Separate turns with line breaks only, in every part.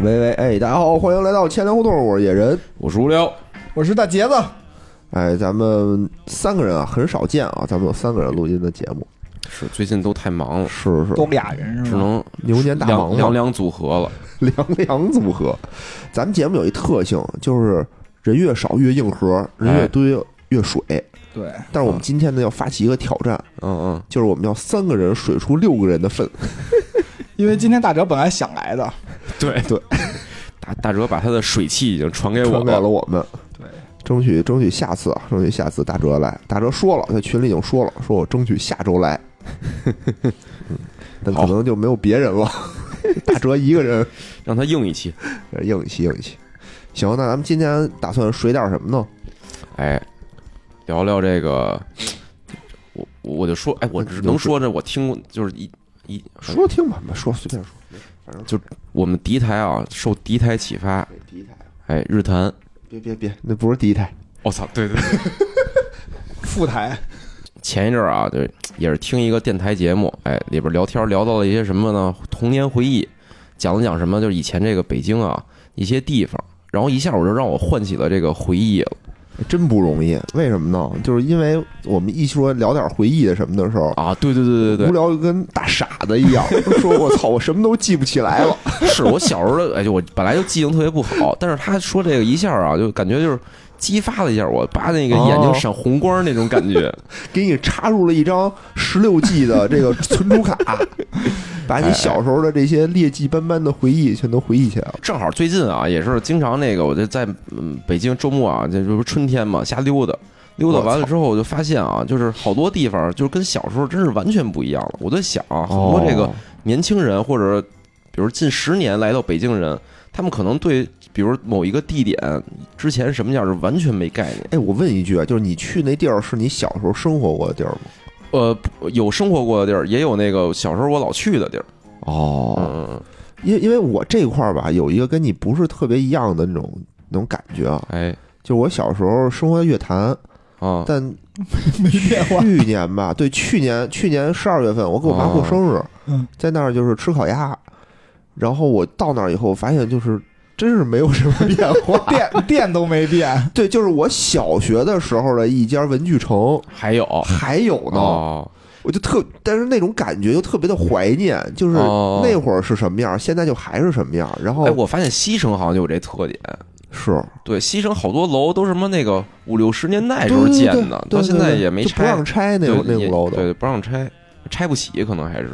喂喂，哎，大家好，欢迎来到千聊互动，我是野人。
我是无聊，
我是大杰子，
哎，咱们三个人啊，很少见啊，咱们有三个人录音的节目，
是最近都太忙了，
是是，
都俩人
只
是吗？
能
牛年大忙啊
两两
嘛，
两组合了。
两两组合。咱们节目有一特性，就是人越少越硬核，人越
哎
堆越水。
对，
但是我们今天呢，要发起一个挑战，
嗯
就是我们要三个人水出六个人的份。
因为今天大哲本来想来的，
嗯，对
对。
大大哲把他的水汽已经传给哎我
传给了
了，
我们。
对，
争取争取下次啊，争取下次大哲来。大哲说了，在群里已经说了，说我争取下周来。嗯，但可
好
能就没有别人了，大哲一个人
让他硬一期。
呃硬一期硬一期。行，那咱们今天打算水点什么呢？
哎，聊聊这个，我我就说，哎，我只能说这我听过，就是一一哎
说听吧，说随便说，反正
我们第一台啊，受第一台启发，
第一台，啊
哎，日坛，
别别别，那不是第一台，
我、操，对对，
副台
前一阵儿啊，对，也是听一个电台节目，哎，里边聊天聊到了一些什么呢？童年回忆，讲了讲什么？就是以前这个北京啊一些地方，然后一下我就让我唤起了这个回忆了
真不容易。为什么呢？就是因为我们一说聊点回忆的什么的时候。
啊！对对对对
无
对
聊就跟大傻子一样， 说我操，我什么都记不起来了。
对，是我小时候的，哎，就我本来就记性特别不好，但是他说这个一下啊，就感觉就是激发了一下我，把那个眼睛闪红光那种感觉，
给你插入了一张十六 G 的这个存储卡，把你小时候的这些劣迹斑斑的回忆全都回忆起来了。
正好最近啊，也是经常那个，我就在嗯北京周末啊，这这不是春天嘛，瞎溜达。溜达完了之后，我就发现啊，就是好多地方就是跟小时候真是完全不一样了。我在想啊，很多这个年轻人或者比如近十年来到北京人，他们可能对比如某一个地点之前什么样是完全没概念。
哎，我问一句啊，就是你去那地儿是你小时候生活过的地儿吗？
呃，有生活过的地儿，也有那个小时候我老去的地儿。
哦，
嗯，
因为因为我这块儿吧，有一个跟你不是特别一样的那种那种感觉啊，
哎
就是我小时候生活在乐坛，
啊，
但
没变化，
去年吧，对，去年去年十二月份，我给
哦
我妈过生日，
嗯，
在那儿就是吃烤鸭，然后我到那儿以后，我发现就是真是没有什么变 化，
店店都没变，
对，就是我小学的时候的一家文具城，
还有
还有呢，
哦，
我就特，但是那种感觉又特别的怀念，就是
哦
那会儿是什么样，现在就还是什么样。然后、
哎，我发现西城好像就有这特点。
是
对，西城好多楼都什么那个五六十年代时候建的，
对对对
到现在也没
就不
拆，
让拆那
对
种那种
也
楼的。
对，不让拆，拆不起，可能还是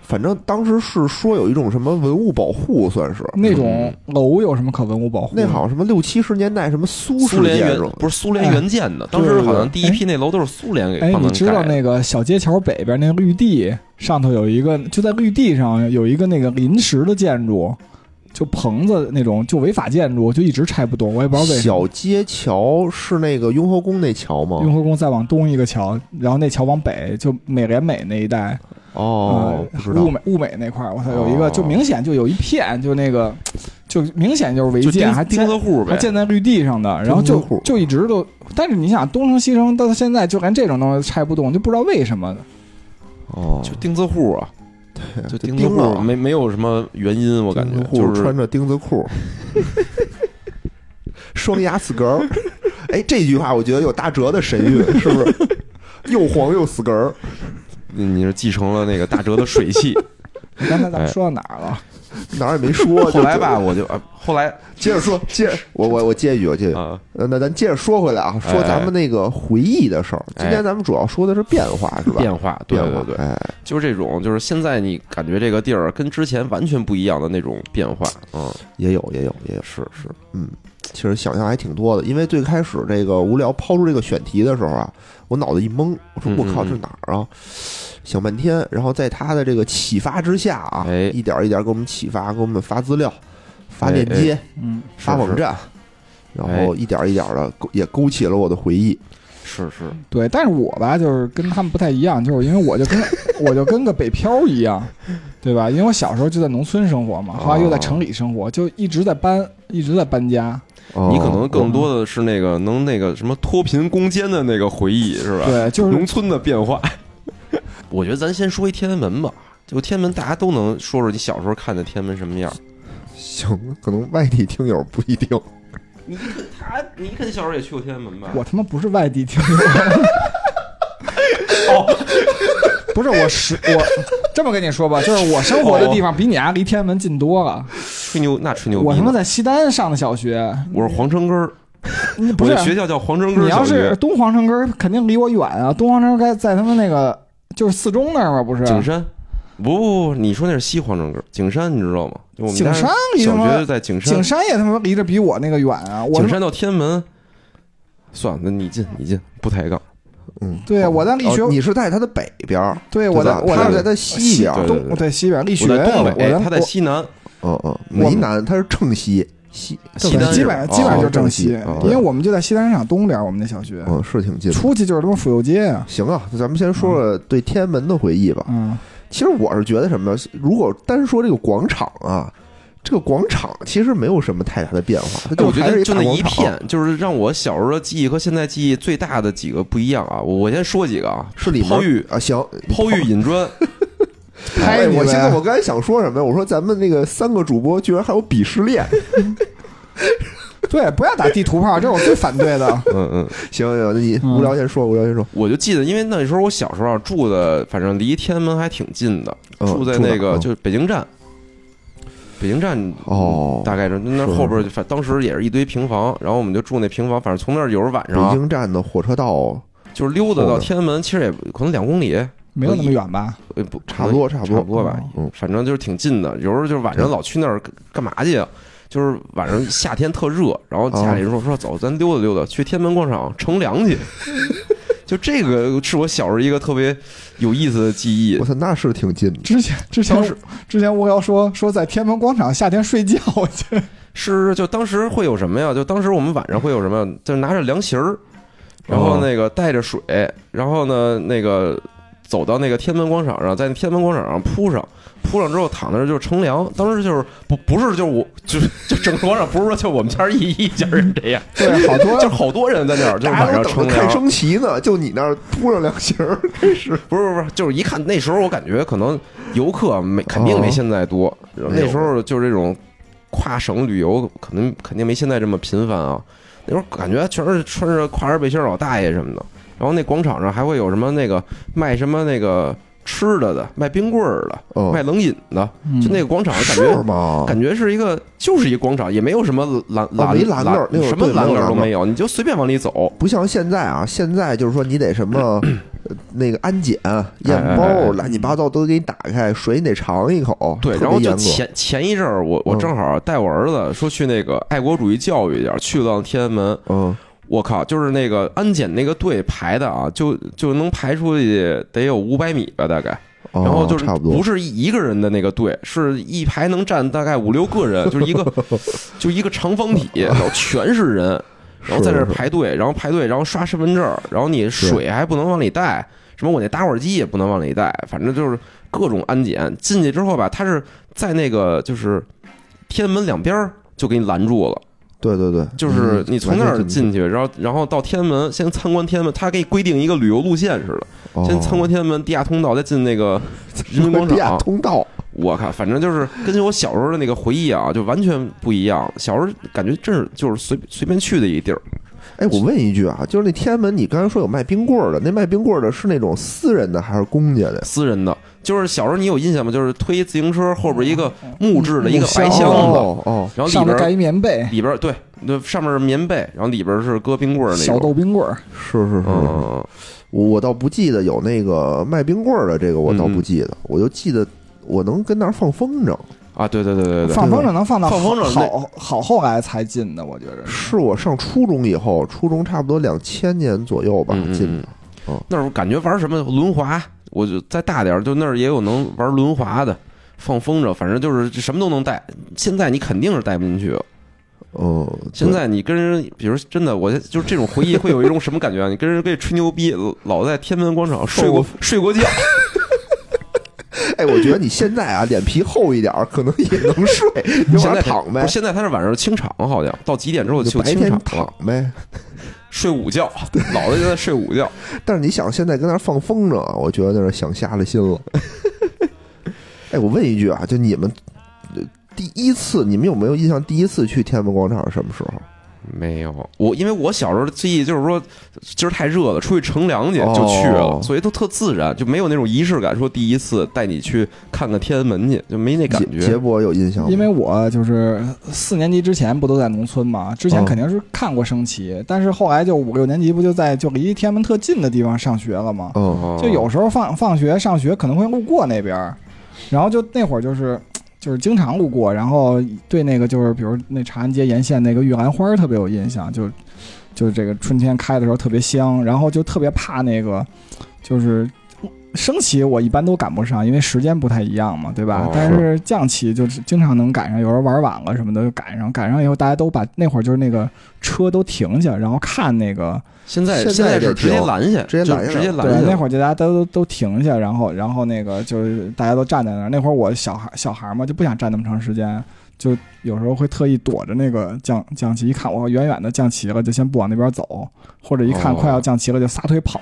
反正当时是说有一种什么文物保护，算是
那种楼有什么可文物保护的？
那好像什么六七十年代什么苏式
嗯苏联
建
援
筑，
不是苏联
哎
援建的，当时好像第一批那楼都是苏联给
哎，
帮
你
们
知
盖
道
的
那个小街桥北边那个绿地上头有一个，就在绿地上有一个那个临时的建筑，就棚子那种，就违法建筑，就一直拆不动，我也不知道为什么。
小街桥是那个雍和宫那桥吗？
雍和宫再往东一个桥，然后那桥往北就美联美那一带，
哦，
呃
不知
物
道。
美物美那块儿，我操，有一个
哦
就明显就有一片，就那个就明显就是违
就
建，
钉
还
钉
建
子户
还
呗，
建在绿地上的，然后就
钉子户
就一直都，但是你想东城西城到现在就连这种东西拆不动，就不知道为什么。
哦，
就钉子户啊，就钉子
钉了
户，没没有什么原因，我感觉
钉子户
就是
穿着钉子 裤，双鸭死嗝儿。哎，这句话我觉得有大哲的神韵，是不是？又黄又死嗝儿。
你是继承了那个大哲的水 系，
刚才咱
哎
们说到哪儿了？
哪儿也没说。
后来吧，
就，
我就啊，后来
接着说，接着我我我接一句，我接一句。
啊，
呃那咱接着说回来啊，说咱们那个回忆的事儿。
哎
今天咱们主要说的是变化，是吧？
变化，对
变
对
化，
对，
哎，
就是这种，就是现在你感觉这个地儿跟之前完全不一样的那种变化，嗯，
也有也有也有。
是是，
嗯，其实想象还挺多的，因为最开始这个无聊抛出这个选题的时候啊，我脑子一懵，我说
嗯
我靠
嗯嗯
这哪儿啊？想半天，然后在他的这个启发之下啊，
哎
一点一点给我们启发，给我们发资料、发
哎
链接、
嗯，
发网站，然后一点一点的也勾起了我的回忆。
是是，
对，但是我吧，就是跟他们不太一样，就是因为我就跟我就跟个北漂一样，对吧？因为我小时候就在农村生活嘛，后来又在城里生活，就一直在搬，一直在搬家。
你可能
哦
更多的是那个能那个什么脱贫攻坚的那个回忆，是吧？
对，就是
农村的变化。 我觉得咱先说一天安门吧，就天安门大家都能说说你小时候看的天安门什么样。
行，可能外地听友不一定。
你肯他，你肯定小时候也去过天安门吧？
我他妈不是外地听友，
哦，
不是我是我这么跟你说吧，就是我生活的地方比你啊离天安门近多了。
吹牛那哦吹牛逼呢，
我他妈在西单上的小学，
我是皇城根儿，
你 不
我
是
的学校叫皇城根
你
儿
要
小
是
学，
东皇城根儿肯定离我远啊，东皇城根儿在他们那个就是四中那儿嘛，不是？
景山。不不不，你说那是西皇城根儿，景山你知道吗？就我们家
景山离他
小
妈
学在景山
景，山也他妈离着比我那个远啊！
景
我他妈
山到天安门，算了，那你进你进，不抬杠。
嗯，
对啊，我在力学
哦，你是在它的北边儿，
对
对
我在
吧
我
它
在
是在它西边儿。
对
东对西边力学，
我在东北，哎
我
他在
我
西南，
嗯嗯，
我
梅南它是正西西，
西单
基
是吧
本上基本上
哦
就
正
正
西
西
哦，
因为我们就在西单市场东边儿，我们那小学
嗯，是挺近的。
出去就是他妈府右街啊，
行啊，咱们先说说对天安门的回忆吧。
嗯，
其实我是觉得什么呢？如果单说这个广场啊，这个广场其实没有什么太大的变化，它
哎
就
我觉
还是
得
一
就
大
那
广
一
场。
片，就是让我小时候的记忆和现在记忆最大的几个不一样啊。我我先说几个啊，
是里面
抛玉
啊，行，
抛玉引砖，
拍
哎
你
我现
呗
在我刚才想说什么呀？我说咱们那个三个主播居然还有鄙视链。
对，不要打地图炮，这是我最反对 的。
嗯嗯，
行行，那你
嗯
无聊先说，无聊先说。
我就记得，因为那时候我小时候啊住的，反正离天安门还挺近的，
嗯
住在
住哪
那个
嗯
就是北京站，北京站
哦
大概是那
是
后边就反当时也是一堆平房，然后我们就住那平房，反正从那儿有时候晚
北
上啊
京站的火车道
就是溜达
后
到
边
天安门，其实也可能两公里，
没有那么远吧？
呃不
差不多，差
差
不多，
不多吧，
嗯
反正就是挺近的。有时候就是晚上老去那儿干干嘛去啊？就是晚上夏天特热，然后家里人说说走，咱溜达溜达，去天安门广场乘凉去。 就这个是我小时候一个特别有意思的记忆
我。操，那是挺近的。
之前之
当
前
时
之前无聊说说在天安门广场夏天睡觉去，
是就当时会有什么呀？就当时我们晚上会有什么呀？就拿着凉席儿，然
哦
后那个带着水，然后呢那个走到那个天安门广场上，在天安门广场上铺上，铺上之后躺在那儿就乘凉。当时就是不不是就是我就是就整个广场不是说就我们家一一家人这样，
对，好多
就是好多人在那儿，就是
大
晚
家
上
都等
乘
着看
凉。
升旗呢，就你那儿铺上凉席 儿，真是。
不是不是，就是一看那时候我感觉可能游客没肯定没现在多，
哦
那时候就是这种跨省旅游可能肯定没现在这么频繁啊。那时候感觉全是穿着跨栏背心儿老大爷什么的，然后那广场上还会有什么那个卖什么那个吃的的，卖冰棍儿的，
嗯
卖冷饮的，就那个广场感
是
觉。
吗？
感觉是一个，就是一广场，也没有什么栏栏
哦没栏杆儿那会儿
什么
对没有
栏杆儿
栏
都
杆儿
没有，你就随便往里走。
不像现在啊，现在就是说你得什么呃那个安检、验
哎哎哎
包，乱七八糟都给你打开，水你得尝一口，
对，
特别
然后就
严格
前前一阵儿，我我
嗯
正好带我儿子说去那个爱国主义教育一点儿，去了趟天安门。
嗯
我靠，就是那个安检那个队排的啊，就就能排出去得有五百米吧，大概。
哦，
然后就是
差不
不
多，
是一个人的那个队，是一排能站大概五六个人，就是一个 就一个长方体，然后全是人，然后在
是
那儿
是
排队，然后排队，然后刷身份证，然后你水还不能往里带，什么我那打火机也不能往里带，反正就是各种安检。进去之后吧，他是在那个就是天安门两边儿就给你拦住了。
对对对，
就是你从那
完
儿
全这么
进去，然后然后到天安门，先参观天安门，他给你规定一个旅游路线似的，
哦
先参观天安门地下通道，再进那个人民 广
地下
场。
通道，
我靠，反正就是根据我小时候的那个回忆啊，就完全不一样。小时候感觉真是就是随随便去的一地儿，
哎，我问一句啊，就是那天安门，你刚才说有卖冰棍儿的，那卖冰棍儿的是那种私人的还是公家的呀？
私人的。就是小时候你有印象吗？就是推自行车后边一个木质的一个白
嗯
箱
木箱
子，
哦哦，
然后
上
里
面盖
边
一棉被，
里边对，那上面是棉被，然后里边是搁冰棍儿那
小
种。
豆冰棍儿，
是是是，
嗯，
我我倒不记得有那个卖冰棍儿的这个，我倒
嗯
不记得，我就记得我能跟那儿放风筝，
啊，对对对对对，
放风筝能放到
放风筝那
好好后来才进的，我觉着
是我上初中以后，初中差不多两千年左右吧
嗯嗯
进的。
那时候感觉玩什么轮滑，我就再大点儿，就那儿也有能玩轮滑的，放风筝，反正就是什么都能带。现在你肯定是带不进去了。
嗯，
现在你跟人，比如真的，我就是这种回忆会有一种什么感觉啊？你跟人跟吹牛逼，老在天安门广场睡过睡过觉，
对哎，我觉得你现在啊，脸皮厚一点儿，可能也能 睡，你就
现
往那
在
儿躺呗
不是，现在他是晚上清场，好像到几点之后
你就
就
白
清
天
场
躺
了，
呗。
睡午 觉，老的就在睡午觉。
但是你想，现在跟那儿放风筝啊，我觉得那是想瞎了心了。哎，我问一句啊，就你们呃第一次，你们有没有印象？第一次去天安门广场是什么时候？
没有，我因为我小时候的记忆就是说，今儿太热了，出去乘凉去
哦
就去了，所以都特自然，就没有那种仪式感。说第一次带你去看看天安门去，就没那感
杰杰
觉。
博有印象吗？
因为我就是四年级之前不都在农村嘛，之前
嗯
肯定是看过升旗，但是后来就五六年级不就在就离天安门特近的地方上学了嘛，
嗯，
哦
就有时候放放学上学可能会路过那边儿，然后就那会儿就是就是经常路过，然后对那个就是比如那长安街沿线那个玉兰花儿特别有印象，就就是这个春天开的时候特别香，然后就特别怕那个就是。升旗我一般都赶不上，因为时间不太一样嘛，对吧？
哦
但是降旗就是经常能赶上，有时候玩晚了什么的就赶上，赶上以后大家都把那会儿就是那个车都停下，然后看那个
现在
现在
在是
这
直接
挺
拦下，
直接
就
拦下
直接拦
对，
下。
那会儿就大家都都停下，然后然后那个就是大家都站在那儿。那会儿我小孩小孩嘛，就不想站那么长时间，就有时候会特意躲着那个降降旗，一看我远远的降旗了，就先不往那边走，或者一看
哦
快要降旗了就撒腿跑。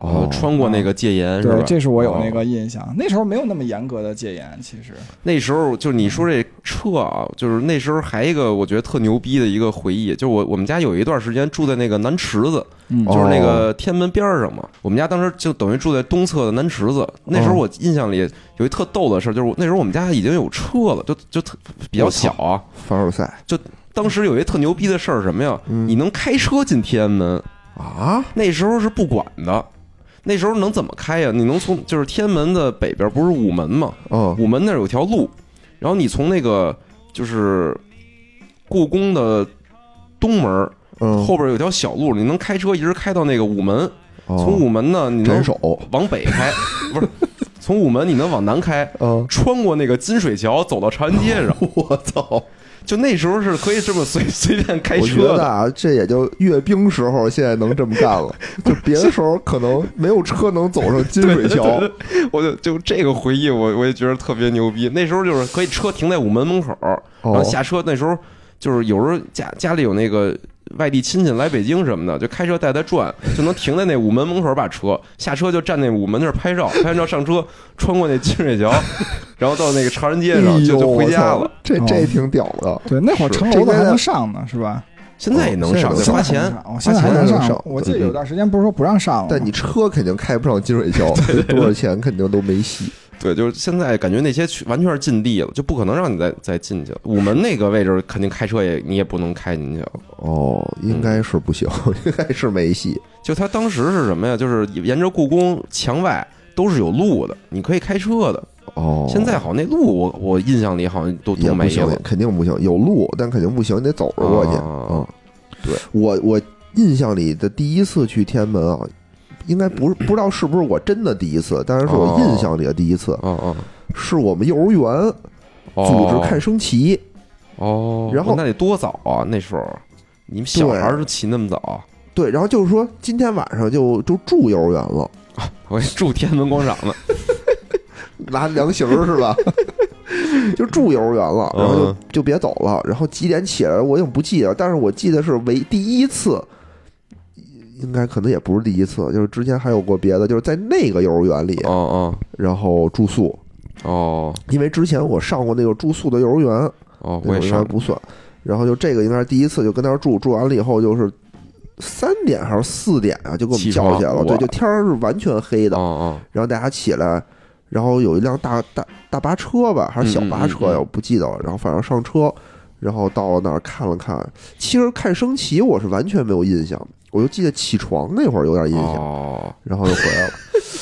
哦，穿过那个戒严是吧
对，？这是我有那
哦
个印象。那时候没有那么严格的戒严，其
哦
实
那时候就你说这撤啊，就是那时候还一个我觉得特牛逼的一个回忆，就是我我们家有一段时间住在那个南池子，
嗯
就是那个天安门边儿上嘛。我们家当时就等于住在东侧的南池子。那时候我印象里有一特逗的事儿，就是我那时候我们家已经有车了，就就特比较小啊。
凡尔赛
当时有一特牛逼的事儿是什么呀？
嗯
你能开车进天安门，
啊，
那时候是不管的。那时候能怎么开呀？你能从就是天安门的北边不是午门嘛？
嗯
午门那儿有条路，然后你从那个就是故宫的东门儿
嗯，
后边有条小路，你能开车一直开到那个午门。从
哦
午门呢，你能
斩首，
往北 开，不是从午门你能往南开，
嗯，
穿过那个金水桥，走到长安街上。
我操！
就那时候是可以这么随 随便开
我觉
车
得
的。
啊，这也就阅兵时候现在能这么干了， 就别的时候可能没有车能走上金水桥。
我就就这个回忆我，我也觉得特别牛逼。那时候就是可以车停在午门门口，然后
哦，
下车。那时候就是有时候家家里有那个外地亲戚来北京什么的，就开车带他转，就能停在那午门门口把车下车就站那午门那儿拍照，拍完照上车穿过那金水桥， 然后到那个长安街上就就回家
哎呦我
了哦
操。这这挺屌的。
对那会儿
是
城
这
楼
应
子
该
还
在
能上呢，是吧？
现在也能上，
哦
得
现在
花
能
钱。
我现在还
花
能
钱还能
上
上。
我记得有段时间不是说不让上了吗，
但你车肯定开不上金水桥，多少钱肯定都没戏。
对，就是现在感觉那些去完全是禁地了，就不可能让你再再进去了。午门那个位置肯定开车也你也不能开进去了。
哦，应该是不行， 应该是没戏。
就他当时是什么呀？就是沿着故宫墙外都是有路的，你可以开车的。
哦，
现在好像那路我我印象里好像都
也不
都没
行
了，。
肯定不行。有路，但肯定不行，你得走着过去。
啊
嗯我我印象里的第一次去天安门啊，应该不是不知道是不是我真的第一次，但是是我印象里的第一次，
哦
是我们幼儿园
哦，
嗯组织看升旗。
哦，
然后
那得多早啊！那时候你们小孩儿都起那么早，啊
对，然后就是说今天晚上就就住幼儿园了，
我也住天安门广场 呢。
拿凉席儿是吧？ 就住幼儿园了，然后就
嗯
就别走了。然后几点起来我已经不记得，但是我记得是唯第一次，应该可能也不是第一次，就是之前还有过别的，就是在那个幼儿园里，
哦哦
然后住宿，
哦
因为之前我上过那个住宿的幼儿园，
哦，
那种
我也
应该
上
不算。然后就这个应该是第一次，就跟那儿住，住完了以后就是三点还是四点啊，就给我们
起
叫
床
起来了。
哇
对，就天儿是完全黑的
哦，哦
然后大家起来，然后有一辆大大大巴车吧，还是小巴车
嗯嗯
呀，
嗯嗯
我不记得了。然后反正上车，然后到了那儿看了看，其实看升旗我是完全没有印象，我就记得起床那会儿有点印象。
哦，
然后就回来了。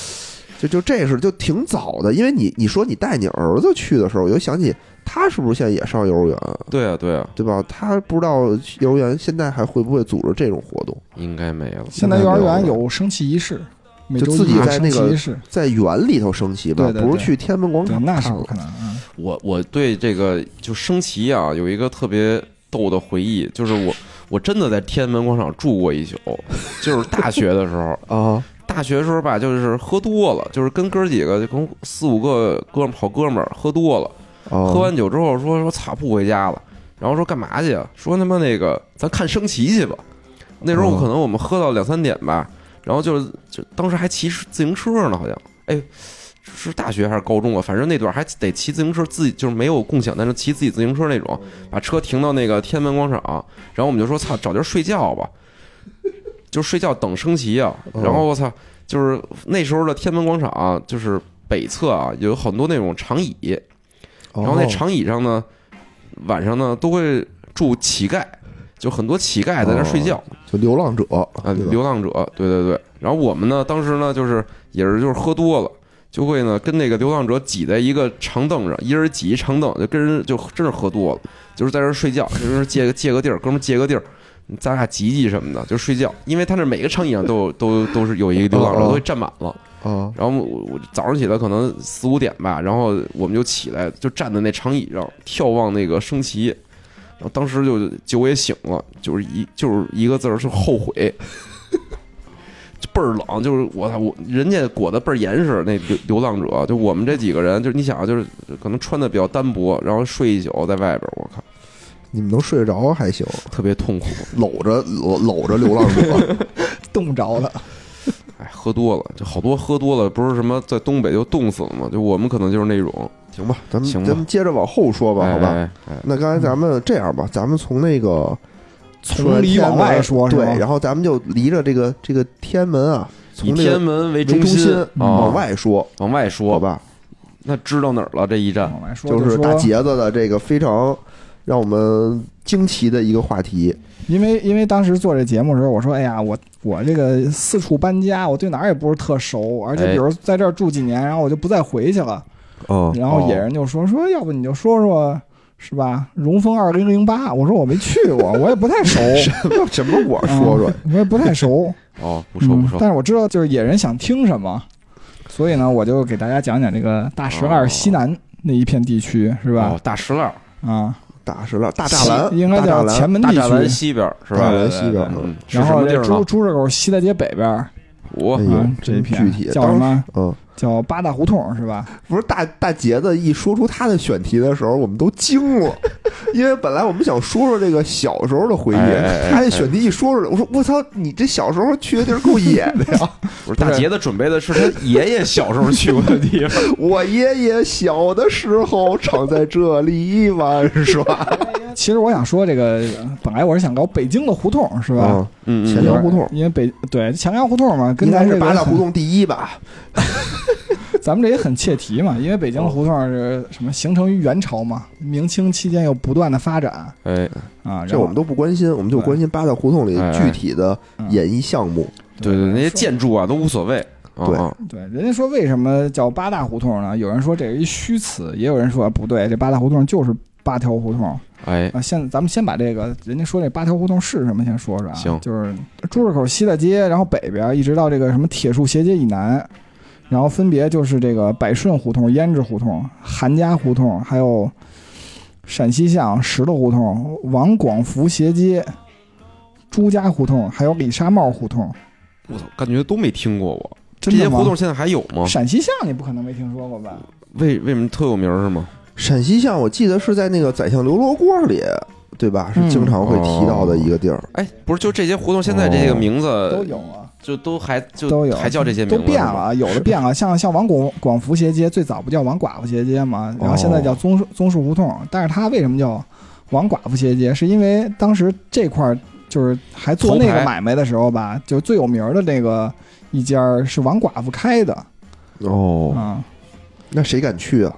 就就这是就挺早的，因为你你说你带你儿子去的时候，我就想起他是不是现在也上幼儿园，
对啊对啊，
对吧？他不知道幼儿园现在还会不会组织这种活动，
应该没了。
现在幼儿园有升旗仪式，每
嗯就
周
自己
一有
在
升
那
旗
个
仪式，
在园里头升旗吧，
对对对
不是去天安门广
对，
场
那是
看
不
了
可能。嗯
我我对这个就升旗啊，有一个特别逗的回忆，就是我我真的在天安门广场住过一宿， 就是大学的时候，
啊
大学的时候吧，就是喝多了，就是跟哥儿几个，就跟四五个哥们好哥们儿喝多了，
啊！
喝完酒之后说说操不回家了，然后说干嘛去啊？说他妈那个咱看升旗去吧。那时候
哦
可能我们喝到两三点吧，然后就是就当时还骑自行车呢，好像哎。是大学还是高中啊，反正那段还得骑自行车，自己就是没有共享，但是骑自己自行车那种，把车停到那个天安门广场，然后我们就说操，找地儿睡觉吧，就睡觉等升旗啊。然后我操，就是那时候的天安门广场啊、就是北侧啊有很多那种长椅，
哦
然后那长椅上呢，晚上呢都会住乞丐，就很多乞丐在那儿睡觉。
就流浪者
啊，
哦对吧
流浪者，对对对。然后我们呢，当时呢，就是也是就是喝多了，就会呢跟那个流浪者挤在一个长凳上，一人挤一长凳，就跟人就真是喝多了，就是在这儿睡觉，就是借个借个地儿，哥们儿借个地儿，咱俩挤一挤什么的，就睡觉。因为他那每个长椅上都有都都是有一个流浪者，
哦哦
都会占满了。
啊，
然后我我早上起来可能四五点吧，然后我们就起来就站在那长椅上眺望那个升旗，然后当时就酒也醒了，就是一就是一个字儿是后悔， 就倍儿冷，就是我操我人家裹得倍儿严实，那流流浪者就我们这几个人，就是你想啊就是可能穿的比较单薄，然后睡一宿在外边儿，我靠，
你们能睡得着还行，
特别痛苦，
搂着搂搂着流浪 者，
冻不着的。
哎，喝多了就好多喝多了，不是什么在东北就冻死了吗？就我们可能就是那种，
行吧，咱们
行吧
咱们接着往后说吧，好吧？
哎哎哎
那刚才咱们这样吧，咱们从那个
从里往外说是
对
吗，
然后咱们就离着这个这个天安门啊，
以
从这
天安
个
门为
为中
心
心
啊，
往外说，
往外
好
说，
吧？
那知道哪儿了这一站？
往外说
就是
说
大杰子的这个非常让我们惊奇的一个话题，
因为因为当时做这节目的时候，我说，哎呀，我我这个四处搬家，我对哪儿也不是特熟，而且
哎哦
比如在这儿住几年，然后我就不再回去了。
嗯
然后野人就说说，要不你就说说，是吧？荣丰二零零八，我说我没去过，我也不太 熟，
什么什么我说说
嗯，我也不太熟，
哦，不说不
嗯
说，
但是我知道就是野人想听什么，所以呢，我就给大家讲讲这个大石
哦
栏西南那一片地区，是吧
哦？，大石栏，
啊，
大石栏、大栅栏，
应该
大
叫
栅栏
前门
大
地
栅栏
区，
西边儿是
大
吧
栅？栏西边
对对
嗯
嗯，是
然
什
后
么地
这
儿
猪
呢？哦
猪这口西大街北边儿，
我
哎呦
啊，这一
真
片
具体
叫什么？
嗯，
叫八大胡同是吧？
不是大大杰子一说出他的选题的时候，我们都惊 了，因为本来我们想说说这个小时候的回忆，
哎哎哎
他这选题一说出来，我说我操，你这小时候去的地儿够野的呀！
不是大杰子准备的是他爷爷小时候去过的 地方，
我爷爷小的时候常在这里玩耍，
其实我想说这个，本来我是想搞北京的胡同是吧？
嗯，
嗯
前
嗯
两阳胡同
因为北对强阳胡同嘛，跟
应该
咱
是
这个
八大胡同第一吧？
咱们这也很切题嘛，因为北京的胡同是什么形成于元朝嘛，明清期间又不断的发展啊，
哎，
然
这
后
我们都不关心，我们就关心八大胡同里
哎哎
具体的演艺项目。
对对，那些
说
建筑啊都无所谓，啊
对
啊
对人家说为什么叫八大胡同呢？有人说这是一虚词，也有人说不对，这八大胡同就是八条胡同
哎，
啊。现在咱们先把这个人家说这八条胡同是什么先说说啊，
行
就是朱市口西大街，然后北边一直到这个什么铁树斜街以南。然后分别就是这个百顺胡同、胭脂胡同、韩家胡同，还有陕西巷石头胡同、王广福斜街、朱家胡同，还有李沙帽胡同。
我操，感觉都没听过我。这
真
些
的吗
胡同现在还有吗？
陕西巷你不可能没听说过吧？
为为什么特有名儿是吗？
陕西巷我记得是在那个《宰相刘罗锅》里，对吧？是
嗯
经常会提到的一个地儿。
哎，不是，就这些胡同现在这个名
都
字
有啊，
就都还就
都有，
还叫这些名字是
都
吗，
变了，啊有的变了，像像王广广福斜街最早不叫王寡妇斜街嘛，然后
哦
现在叫棕树棕树胡同，但是它为什么叫王寡妇斜街？是因为当时这块儿就是还做那
头
个
牌
买卖的时候吧，就最有名儿的那个一家儿是王寡妇开的
哦，
啊。
那谁敢去啊？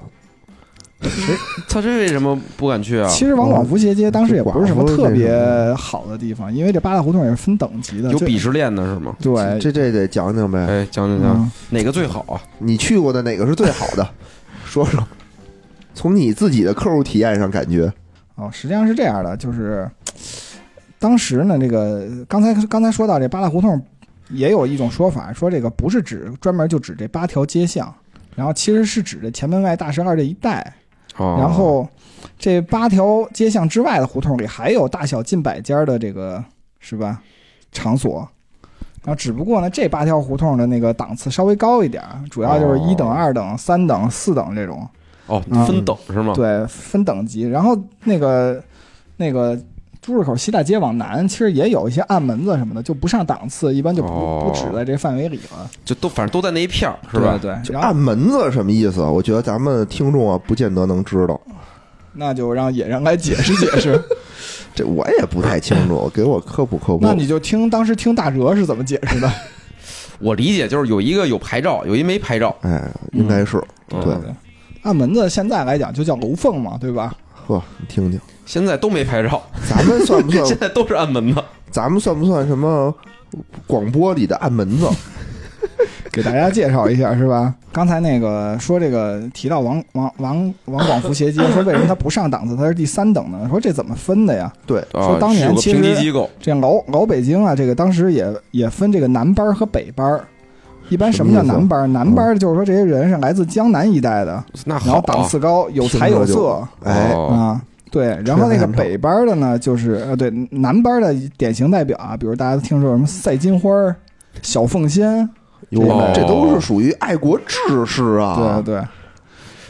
他这为什么不敢去啊？
其实王广福斜街当时也不是什么
这寡妇
特别
那什
好的地方，因为这八大胡同也是分等级的，
嗯有
就
鄙视链的是吗？
对。
这这得讲讲呗。
哎，讲讲讲
嗯，
哪个最好啊？
你去过的哪个是最好的？说说，从你自己的客户体验上感觉。
哦，实际上是这样的，就是当时呢，这个刚才刚才说到这八大胡同，也有一种说法，说这个不是指专门就指这八条街巷，然后其实是指这前门外大石栏这一带，
哦
然后这八条街巷之外的胡同里还有大小近百家的这个是吧场所。然后只不过呢，这八条胡同的那个档次稍微高一点儿，主要就是一等、
哦
二等、三等、四等这种。
哦，
嗯
分等是吗？
对，分等级。然后那个那个朱市口西大街往南，其实也有一些暗门子什么的，就不上档次，一般就不、
哦
不止在这范围里了，
就都反正都在那一片儿，是吧？
对对，
就
然后
按门子什么意思啊？我觉得咱们听众啊，不见得能知道，
那就让野人来解释解释。
这我也不太清楚，给我科普科普
那。你就听当时听大哲是怎么解释的。
我理解就是有一个有牌照，有一没牌照。
哎，应该是
嗯
对，
对，按门子现在来讲就叫楼缝嘛，对吧？
呵，你听听，
现在都没牌照，
咱们算不
现
算？
在都是按门的。
咱们算不算什么广播里的按门子？
给大家介绍一下是吧？刚才那个说这个提到王王王王广福斜街，说为什么它不上档次，它是第三等呢？说这怎么分的呀？
对，
啊，
当年
是有个
其实
评级机构，
这老老北京啊，这个当时也也分这个南班儿和北班儿。一般什么叫
什么意思
南班儿？南班儿就是说这些人是来自江南一带的，
那
然
好
后
啊
档次高，有才有色
哎，
哦
啊。对，然后那个北班儿的呢，就是呃，对南班儿的典型代表啊，比如大家都听说什么赛金花儿、小凤仙，
哟
哦
这都是属于爱国志士啊
对！对，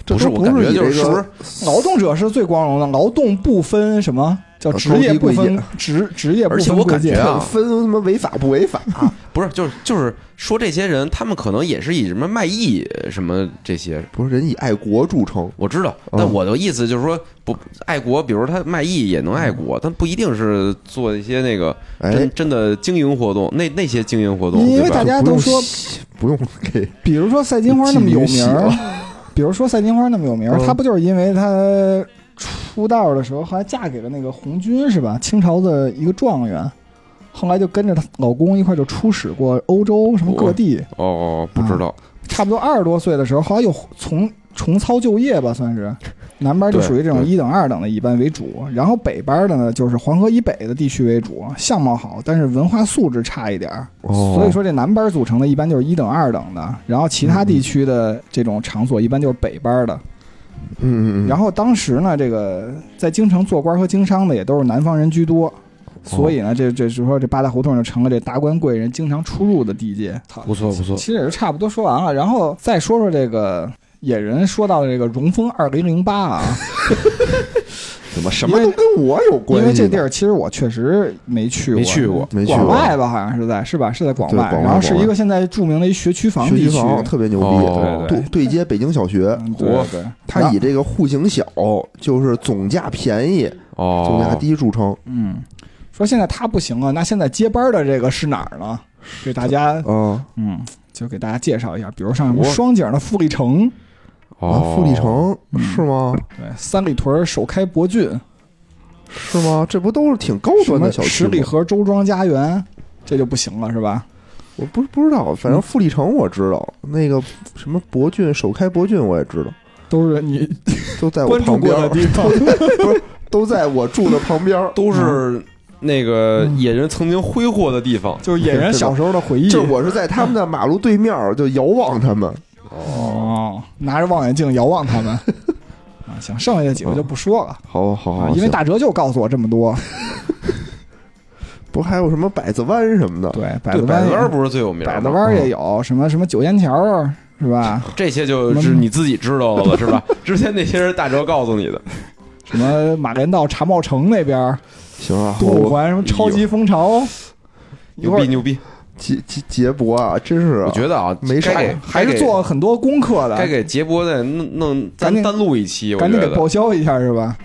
这
不是
都
我
不
感
是
觉
以
就是
这
是不
个
是
劳动者是最光荣的，劳动不分什么叫
呃
职业不
高低贵
分职职业不
而且
分
我
贵
感觉
贱
啊，
分什么违法不违法？
啊
不是就是就是说这些人，他们可能也是以什么卖艺什么这些，
不是人以爱国著称，
我知道。
嗯
但我的意思就是说，不爱国，比如他卖艺也能爱
嗯
国，但不一定是做一些那个
哎
真，真的经营活动，那那些经营活动，
因为
对吧
大家
不
都
用
说，
不用 给
比如说赛金花那么有名
妓女洗
儿，嗯比如说赛金花那么有名儿，
嗯
她不就是因为她出道的时候后来嫁给了那个红军是吧？清朝的一个状元，后来就跟着她老公一块儿就出使过欧洲什么各地，
哦，不知道，
差不多二十多岁的时候，后来又重重操旧业吧，算是南边就
对
属于这种
对
一等二等的一般为主，然后北边的呢就是黄河以北的地区为主，相貌好，但是文化素质差一点儿。
哦
所以说这南边组成的一般就是一等二等的，然后其他地区的这种场所一般就是北边的。
嗯嗯嗯，
然后当时呢，这个在京城做官和经商的也都是南方人居
哦
多。所以呢，这这就说这八大胡同就成了这达官贵人经常出入的地界。
不错不错，
其实也是差不多说完了，然后再说说这个野人说到的这个荣丰二零零八啊，
怎么 什么都跟我有关
因
系呢？
为这地儿其实我确实没去过，
没去过，
没去
广
过
外吧，好像是在是吧？是在广
对
外，
广外
然后是一个现在著名的一学区房
学
地
区
区，
房特别牛
哦
逼，对对接北京小学，
嗯对对，
它以这个户型小，就是总价便宜、总价
哦，
低著称。
嗯，说现在他不行啊了，那现在接班的这个是哪儿呢？给大家
嗯，
嗯，就给大家介绍一下，比如像什么
我
双井的富力城，
啊，
哦，
富力城
嗯
是吗？
对，三里屯首开博郡，
是吗？这不都是挺高
什
端
么
的小区
十里
吗？
河周庄家园，这就不行了是吧？
我不不知道，
嗯
反正富力城我知道，那个什么博郡首开博郡我也知道，
都是你
都在我
关注
旁
过
边儿，
的地 方。
都在我住的旁边儿。
都是那个
嗯
野人曾经挥霍的地方。
就是野人小时候的回忆。
就我是在他们的马路对面儿就遥望他 们，
哦，拿着望远镜遥望 他们啊，行，剩下的几个就不说了。
好好
哦
啊，因为大哲就告诉我这么多，
不还有什么百子湾什么的，
对，百
对，
子
百
湾
子
也，
湾不是最有名吗，
百子
哦
湾也有什么什么九仙桥儿是 吧？
哦这些
嗯
就是你自己知道的了，是吧？ 之前那些是大哲告诉你的，
什么马连道茶茂城那边儿，
行啊，
东五
我
环什么超级蜂巢， 一
牛
会
逼
儿
牛逼！
杰杰杰博啊，真是啊
我觉得啊，
没事
该给
还
该
是
给
做了很多功课
该
的，
给杰波再弄弄
赶紧
咱单录一期，我
赶
觉
紧给
得
报销一下是吧？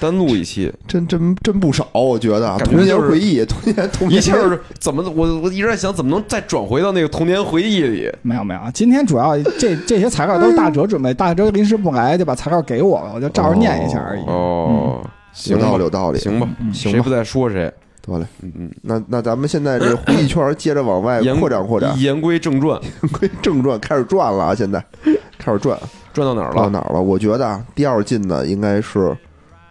单录一 期，
真真真不少，我觉得啊，
感觉
童年
就是
回忆， 童年童
一
年
下儿怎么我我一直在想怎么能再转回到那个童年回忆里。
没有没有，今天主要这这些材料都是大哲准备，大哲临时不来就把材料给我了，我就照着念一下而已。
哦，
有
行吧
道理，有道理，
行吧，
嗯
嗯行
谁
吧
不再说谁。
有道理。
嗯嗯，
那那咱们现在这回忆圈儿接着往 外
言
哎扩展扩展，
言归正传，
归正传开始转了啊，现在 开始转
转到哪儿
到
了？
哪儿了？我觉得啊，第二近的应该是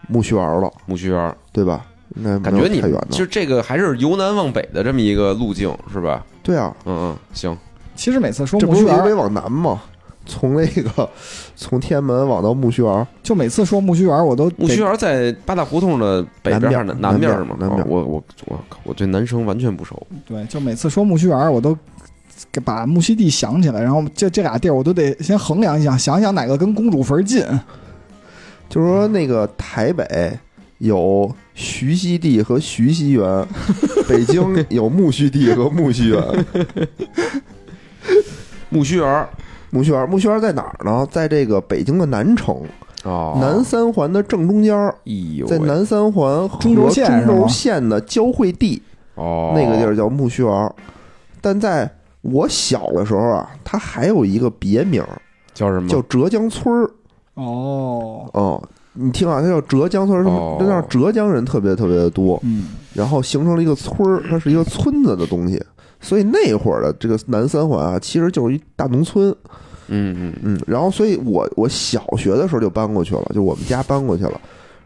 木须园了，
木须园，
对吧？应该
感
没有
觉
嗯
你
太远
就
的，
这个还是由南往北的这么一个路径，是吧？
对啊，
嗯嗯，行，
其实每次说
这
木
不
须
是
园
因
儿
为往南吗？ 从那个从天安门往到木须园，
就每次说木须园儿，我都
木须园在八大胡同的北边儿还是
南
南
边
边
儿
儿吗？
南边儿南边儿
啊我我我靠，我对男生完全不熟。
得对，就每次说木须园儿，我都给把木须地想起来，然后这这俩地儿我都得先衡量一下，想想哪个跟公主坟儿近。
就是说那个台北有徐熙娣和徐熙媛， 北京有木须地和木须园。
木须园儿
木须园，木须园在哪儿呢？在这个北京的南城，啊
哦
南，三环的正中间儿，
哎呦
在
喂
南三环和
中
中
轴线是吗
轴线的交汇地，
哦
那个地儿叫木须园。但在我小的时候啊，它还有一个别名儿
叫什么？
叫浙江村儿。
哦，
哦，你听啊，它叫浙江村儿，
哦
那儿浙江人特别特别的多，
嗯，
然后形成了一个村儿，它是一个村子的东西。所以那会儿的这个南三环啊，其实就是一大农村，
嗯嗯
嗯，然后所以我我小学的时候就搬过去了，就我们家搬过去了。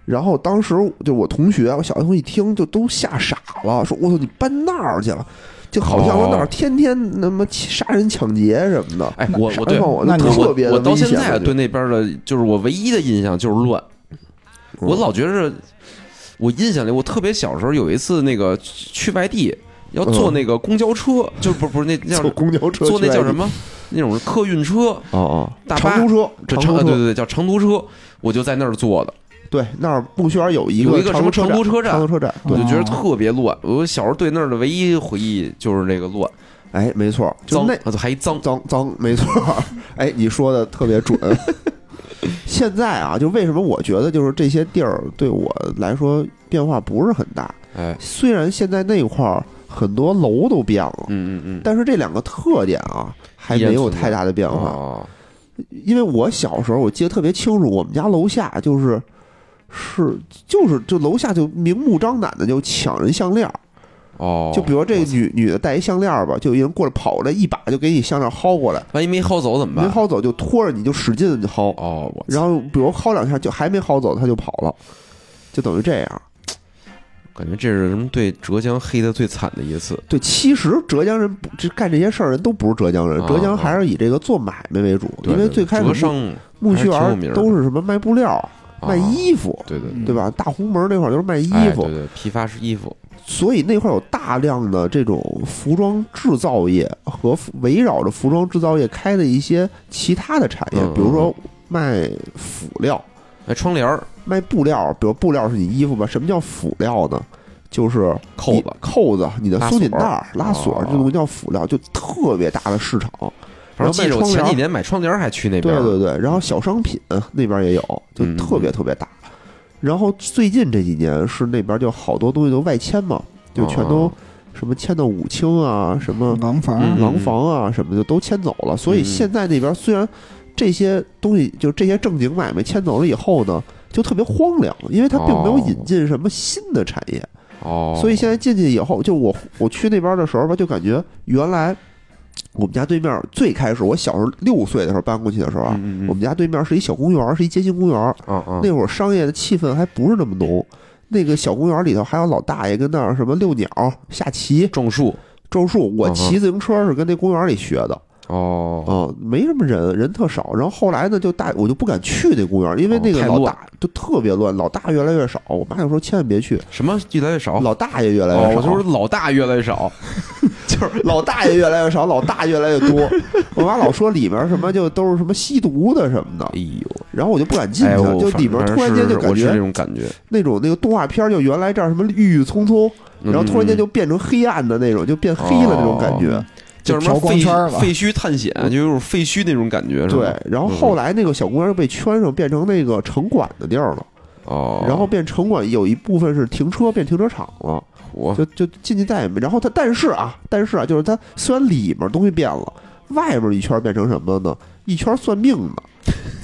然后当时就我同学，我小学同学一听就都吓傻了，说：“我操，你搬那儿去了？”就好像我那儿
哦
天天那么杀人抢劫什么的。
哎，我我
哎
对
呦
我
我
那
就
你
特别的
我到
危
现
险
在
感觉
对那边的，就是我唯一的印象就是乱，我
嗯
老觉着，我印象里我特别小时候有一次那个去去外地要坐
嗯
那个公交车，就不是不是那那叫
坐公交车
坐那
去
叫
外
什
地？
么那种客运车、
哦哦，
大巴
长途车，
这
长
长
途
对
车
对对叫长途车，我就在那儿坐的，
对，那儿不需要有一
有
个
一个什么
长
长途车站嗯
长途车站。
我
对
就，觉得
哦
特别乱。我小时候对那儿的唯一回忆就是那个乱，
哎，没错，就
脏
那
啊还脏，
脏脏，没错。 哎，你说的特别准。 现在啊，就为什么我觉得就是这些地儿对我来说变化不是很大。
哎，
虽然现在那块儿很多楼都变了，
嗯嗯嗯，
但是啊这两个特点啊还没有太大的变化。
哦
因为我小时候我记得特别清楚，我们家楼下就是是就是就楼下就明目张胆的就抢人项链儿，
哦，
就比如这
我
个女女的戴一项链儿吧，就有一人过来跑过来一把就给你项链薅过来。
万一没薅走怎
没
么办？
薅走就拖着你就使劲的薅，
哦，我
然后比如薅两下就还没薅走，他就跑了，就等于这样。
感觉这是什么对浙江黑的最惨的一次。
对，其实浙江人不这干这些事儿人都不是浙江人，
啊
浙江还是以这个做买卖为主，
对
因为
对
最开
浙
始
商
木木须
还是挺有
园
名儿的
都是什么卖布料、卖，
啊
衣服，
对对对
嗯
对吧？大红门那块儿就是卖衣
哎
服
对，对批发是衣服，
所以那块儿有大量的这种服装制造业和服围绕着服装制造业开的一些其他的产业，
嗯
比如
嗯
说卖辅料。
哎，窗帘儿、
卖布料，比如布料是你衣服吧？什么叫辅料呢？就是
扣
你
子，
扣子、你的
拉
松紧
锁
带儿、拉锁儿，
哦
这东西叫辅料，就特别大的市场。
反正记着我
然后卖窗帘
前
儿
几年买窗帘儿还去那
对
边儿，
对对，然后小商品那边也有，就
嗯
特别特别大。然后最近这几年是那边就好多东西都外迁嘛，就全都
哦
什么迁到武清啊，什么
廊坊
嗯
廊坊啊什么的都迁走了，所以
嗯
现在那边虽然这些东西就这些正经买卖迁走了以后呢，就特别荒凉，因为它并没有
哦
引进什么新的产业，
哦，
所以现在进去以后，就我我去那边的时候吧，就感觉原来我们家对面最开始我小时候六岁的时候搬过去的时候啊，
嗯嗯嗯
我们家对面是一小公园，是一街心公园，
嗯嗯，
那会儿商业的气氛还不是那么浓。那个小公园里头还有老大爷跟那儿什么遛鸟、下棋、
种树
种树。我
嗯哼
骑自行车是跟那公园里学的，
哦，
啊、没什么人，人特少。然后后来呢，就大我就不敢去那公园，因为那
哦
个
太
老
乱
大就特别乱，老大越来越少。我妈就说千万别去，
什么越来越少，
老大爷越来
哦，
越
我
少，
就是老大越来越少，就是
老大爷越来越少，老大越来越多。 我妈老说里面什么就都是什么吸毒的什么的
哎，呦，
然后我就不敢进去，
哎我
就
反
里面
反正
突然
是
间就是感
我是这
觉
种感觉，
那种那个动画片儿，就原来这儿什么郁郁葱葱，嗯
嗯
然后突然间就变成黑暗的那种，就变黑了那种感觉。
哦
叫什
调
么
光
废
圈儿吧
墟废墟探险，就有种废墟那种感觉，是吧
对，，然后后来那个小公园被圈上，变成那个城管的地儿了。
哦，
然后变城管有一部分是停车变停车场了，
我
就就进去再也没。然后它但是啊，但是啊，就是它虽然里面东西变了，外面一圈变成什么呢？一圈算命的，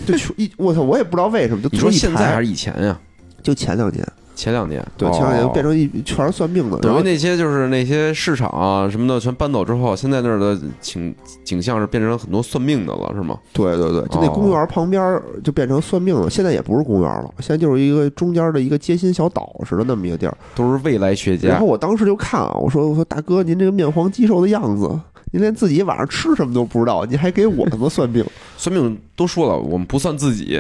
就全一我操，我也不知道为什么，就
你
坐
说
一
现在还
排，
是以前呀？
就前两年，
前两年，
对，
哦
前两年变成一全是算命的，然
等于
后
那些就是那些市场啊什么的全搬走之后，现在那儿的景景象是变成很多算命的了，是吗？
对对对，就那
哦
公园旁边就变成算命的，现在也不是公园了，现在就是一个中间的一个街心小岛似的那么一个地儿。
都是未来学
然
家
后。我当时就看啊，我说我说大哥，您这个面黄肌瘦的样子，您连自己晚上吃什么都不知道，您还给我他妈算命，
算命都说了，我们不算自己。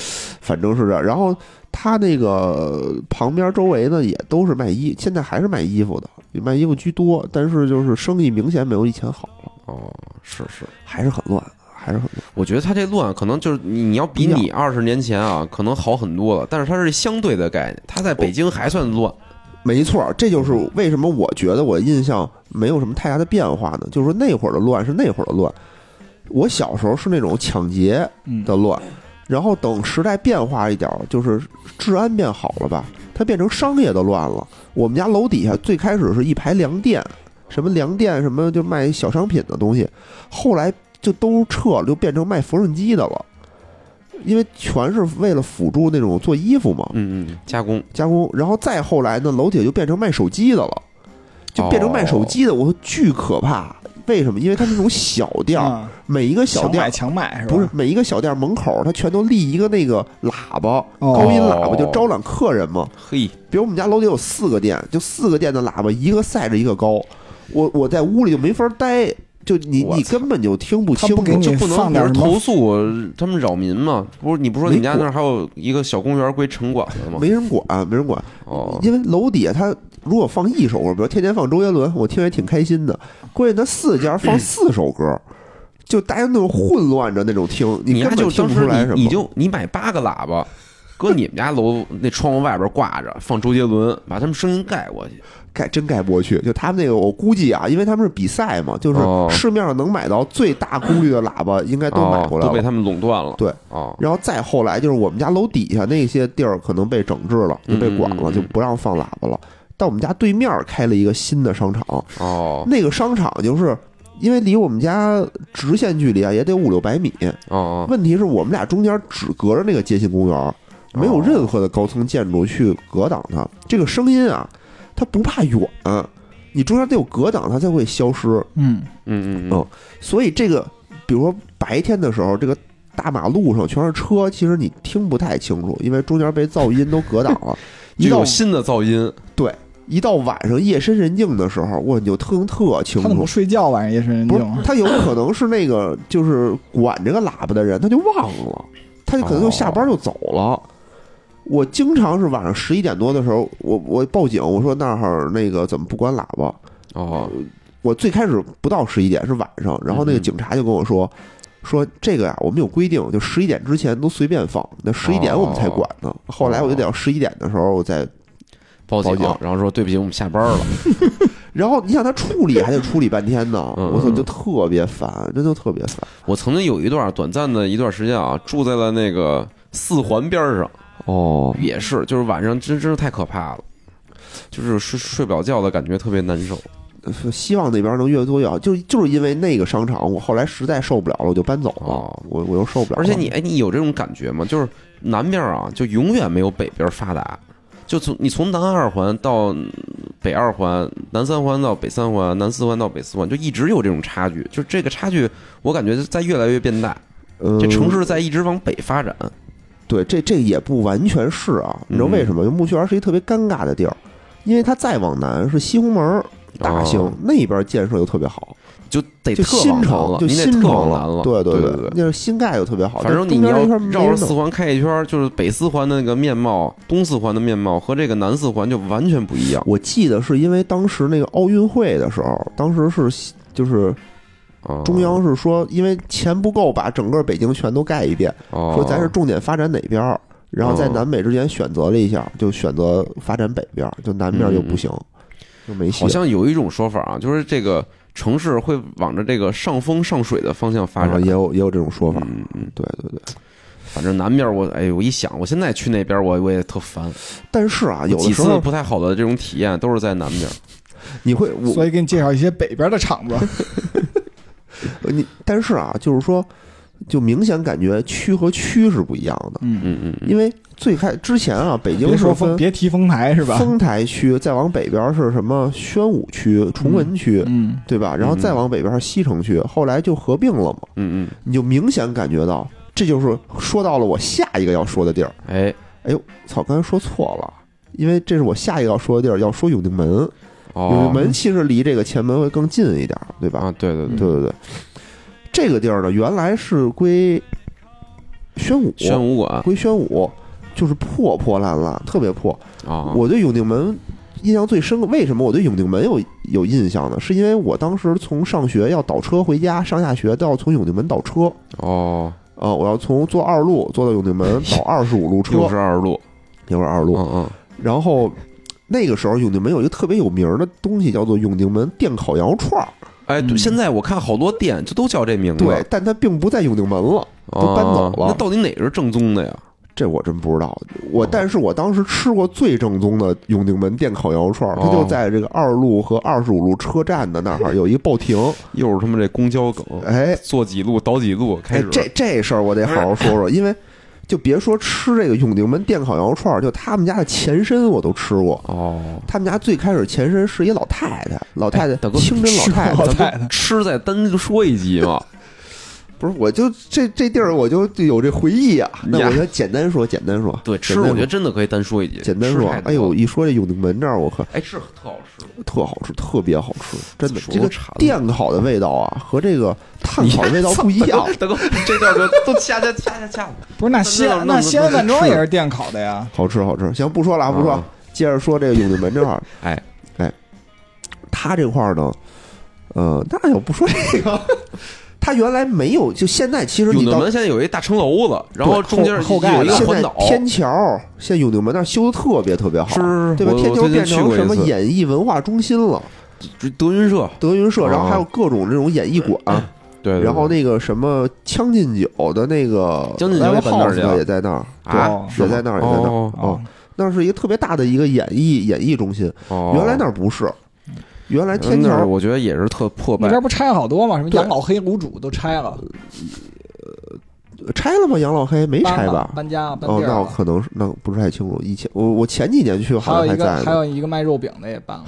反正是这样。然后他那个旁边周围呢也都是卖衣，现在还是卖衣服的，卖衣服居多，但是就是生意明显没有以前好了，
哦，是是，
还是很乱，还是很乱。
我觉得它这乱可能就是你你要比
不一
你二十年前啊，可能好很多了，但是它是相对的概念，它在北京还算
哦
乱。
没错，这就是为什么我觉得我印象没有什么太大的变化呢？就是说那会儿的乱是那会儿的乱，我小时候是那种抢劫
嗯，
的乱，然后等时代变化一点儿，就是治安变好了吧，它变成商业的乱了。我们家楼底下最开始是一排粮店，什么粮店什么就卖小商品的东西，后来就都撤了，就变成卖缝纫机的了，因为全是为了辅助那种做衣服嘛。
嗯嗯，加工
加工，然后再后来呢，楼底下就变成卖手机的了，就变成卖手机的，我说巨可怕。为什么？因为它是那种小店儿，
啊
每一个小
强
店
买
儿
强卖是吧？
不是每一个小店儿门口儿，它全都立一个那个喇叭，
哦
高音喇叭，就招揽客人嘛。
嘿，
比如我们家楼底有四个店，就四个店的喇叭，一个赛着一个高。我我在屋里就没法待，就你
我
你根本就听不
他
清
不
楚，
给你
就不能
放
比
点
如
什么
投诉他们扰民嘛？不是你不说你们家那儿还有一个小公园归城管了吗？
没人管，没人管。
哦，
因为楼底下他如果放一首歌，比如天天放周杰伦，我听着也挺开心的。关键他四家放四首歌，就大家那种混乱着那种听，
你
根
家
本
就
听
当
不出
时
来什么。
你你就你买八个 喇叭，搁你们家楼那窗户外边挂着，放周杰伦，把他们声音盖过去。
盖真盖不过去，就他们那个，我估计啊，因为他们是比赛嘛，就是
哦
市面上能买到最大功率的喇叭，应该都买
哦
回来
都被
了。
他们垄断了。
对，
哦，
然后再后来就是我们家楼底下那些地儿可能被整治了，就被管
嗯嗯
了，
嗯
就不让放喇叭了。但我们家对面开了一个新的商场，
哦，
那个商场就是因为离我们家直线距离啊，也得五六百米。
哦，
问题是我们俩中间只隔着那个街心公园，没有任何的高层建筑去隔挡它。这个声音啊，它不怕远，你中间得有隔挡，它才会消失。
嗯，
嗯嗯嗯
哦，所以这个，比如说白天的时候，这个大马路上全是车，其实你听不太清楚，因为中间被噪音都隔挡了。一
就
到
有新的噪音，
一到晚上夜深人静的时候，哇，你就听特清
他怎么
楚
不。睡觉晚上夜深人
不
静
是
啊？，
他有可能是那个就是管这个喇叭的人，他就忘了，他就可能就下班就走了。我经常是晚上十一点多的时候，我我报警，我说那儿那个怎么不关喇叭？
哦，
我最开始不到十一点是晚上，然后那个
嗯
警察就跟我说。说这个呀、我们有规定，就十一点之前都随便放，那十一点我们
哦
才管呢。后来我就得到十一点的时候我再，
报
报
警
警，
然后说对不起，我们下班 了。
然后你想他处理还得处理半天呢，
嗯
我操，
嗯
就特别烦，真的特别烦。
我曾经有一段短暂的一段时间啊，住在了那个四环边儿上，
哦，
也是，就是晚上真真是太可怕了，就是睡睡不了觉的感觉特别难受。
呃希望那边能越多越好。就就是因为那个商场，我后来实在受不了了，我就搬走了。
哦
我我又受不了了
而且你哎，你有这种感觉吗？就是南边啊，就永远没有北边发达。就从你从南二环到嗯北二环，南三环到北三环，南四环到北四环，就一直有这种差距。就这个差距，我感觉在越来越变大。
嗯
这城市在一直往北发展。
对这这也不完全是啊，你知道
嗯
为什么？因为木樨园是一特别尴尬的地儿，因为它再往南是西红门儿、大兴、
哦
那边建设又特别好，
就得
就
特
新
往南
城
了，
就
你得
新
特
城
往南了。
对
对
对
对，
那是新盖又特别好，
反正
但中
你
间
要
那片
绕着
没
四
弄
环开一圈，就是北四环的那个面貌，东四环的面貌和这个南四环就完全不一样
我记得是因为当时那个奥运会的时候，当时是西就是
啊。
中央是说，因为钱不够，把整个北京全都盖一遍。
说
说咱是重点发展哪边儿，然后在
哦
南北之间选择了一下，就选择发展北边儿，就南边儿就不行，就没戏。
好像有一种说法啊，就是这个城市会往着这个上风上水的方向发
啊
展。
也有也有这种说法，
嗯嗯，
对对对。
反正南边我哎，我一想，我现在去那边我我也特烦，
但是啊，有
几
的时
次
候
不太好的这种体验都是在南边。
你会我
所以给你介绍一些北边的厂 子，
你，但是啊，就是说，就明显感觉区和区是不一样的，
嗯，
嗯嗯嗯，
因为最开之前啊，北京
别
是
说丰，
分
别提丰台是吧？
丰台区，再往北边儿是什么宣武区、崇文区。
嗯，
对吧？然后再往北边儿西城区，后来就合并了嘛。
嗯嗯，
你就明显感觉到，这就是说到了我下一个要说的地儿。
哎，
操，刚才说错了，因为这是我下一个要说的地儿，要说永定门。永定
哦
门其实离这个前门会更近一点儿，对吧？
啊，对对对，
对对对，这个地儿呢，原来是归宣武，
宣武馆啊
归宣武，就是破破烂烂，特别破。
啊，
我对永定门印象最深，为什么我对永定门有有印象呢？是因为我当时从上学要倒车回家，上下学都要从永定门倒车
哦，
啊、我要从坐二路坐到永定门 倒二十五路车
六，十二路，
一会儿二路。
嗯
然后那个时候永定门有一个特别有名儿的东西，叫做永定门电烤羊肉串儿。
嗯，哎，对
嗯
现在我看好多店就都叫这名字，
对，但它并不在永定门了，
都
搬走了
那到底哪个是正宗的呀？
这我真不知道。我
哦
但是我当时吃过最正宗的永定门电烤羊肉串儿，它就
哦
在这个二路和二十五路车站的那儿有一报亭。
又是他妈这公交梗，
哎，
坐几路倒几路
哎
开始，，
这这事儿我得好好说说，因为就别说吃这个永定门电烤羊肉串儿，就他们家的前身我都吃过。
哦，
他们家最开始前身是一老太太，老太太
哎大哥
清真老太太
是，老
咱
太
们吃再单说一集嘛，
不是，我就这这地儿我就有这回忆啊。那
呀
我就简单说，简单说，
对，
简
吃
单
我觉得真的可以单说一集，
简单
吃
说
太，多
哎呦，
了，
一说这永定门这儿，我靠，
哎，是特好吃，
特好吃，特别好 吃，真的。
说
这个
馋了
电烤的味道啊，和这个炭烤的味道不一样。
大哥，这叫做都掐掐掐掐掐，
不是那西安那西安饭庄也是电烤的呀，
好吃，好吃。行，不说了，啊，不说了
嗯，。
接着说这个永定门这块儿
哎
哎，他这块儿呢，呃，那也不说这个， 他原来没有，就现在其实
永
你
定
到
门现在有一大城楼子，然后
对
中间
后后盖
有一个
现
环
在
岛，
天桥，现在永定门那儿修的特别特别好，
是是是
对吧？
我
天桥
我最近
变
去
成
过一
什么
次
演艺文化中心了，
德云社，
德云社，然后
哦
还有各种这种演艺馆，
对，对对
然后那个什么《将进酒》的那个
将进酒也
live
搬那儿去
house
了
的也在那儿，
啊
哦
对，也在那儿，也在那儿。
哦
哦，那是一个特别大的一个演艺演艺中心，
哦嗯
原来那儿不是，原来天
那儿
桥
我觉得也是特破败
那边，不拆好多吗？什么
对
养老黑卤煮都拆了，
拆了吗？养老黑没拆
搬了
吧？
搬家了搬
哦，
地儿
那我
了。
可能是那不是太清楚。以前我我前几年去好像
还有
在
一个还
呢，
有一个卖肉饼的也搬了，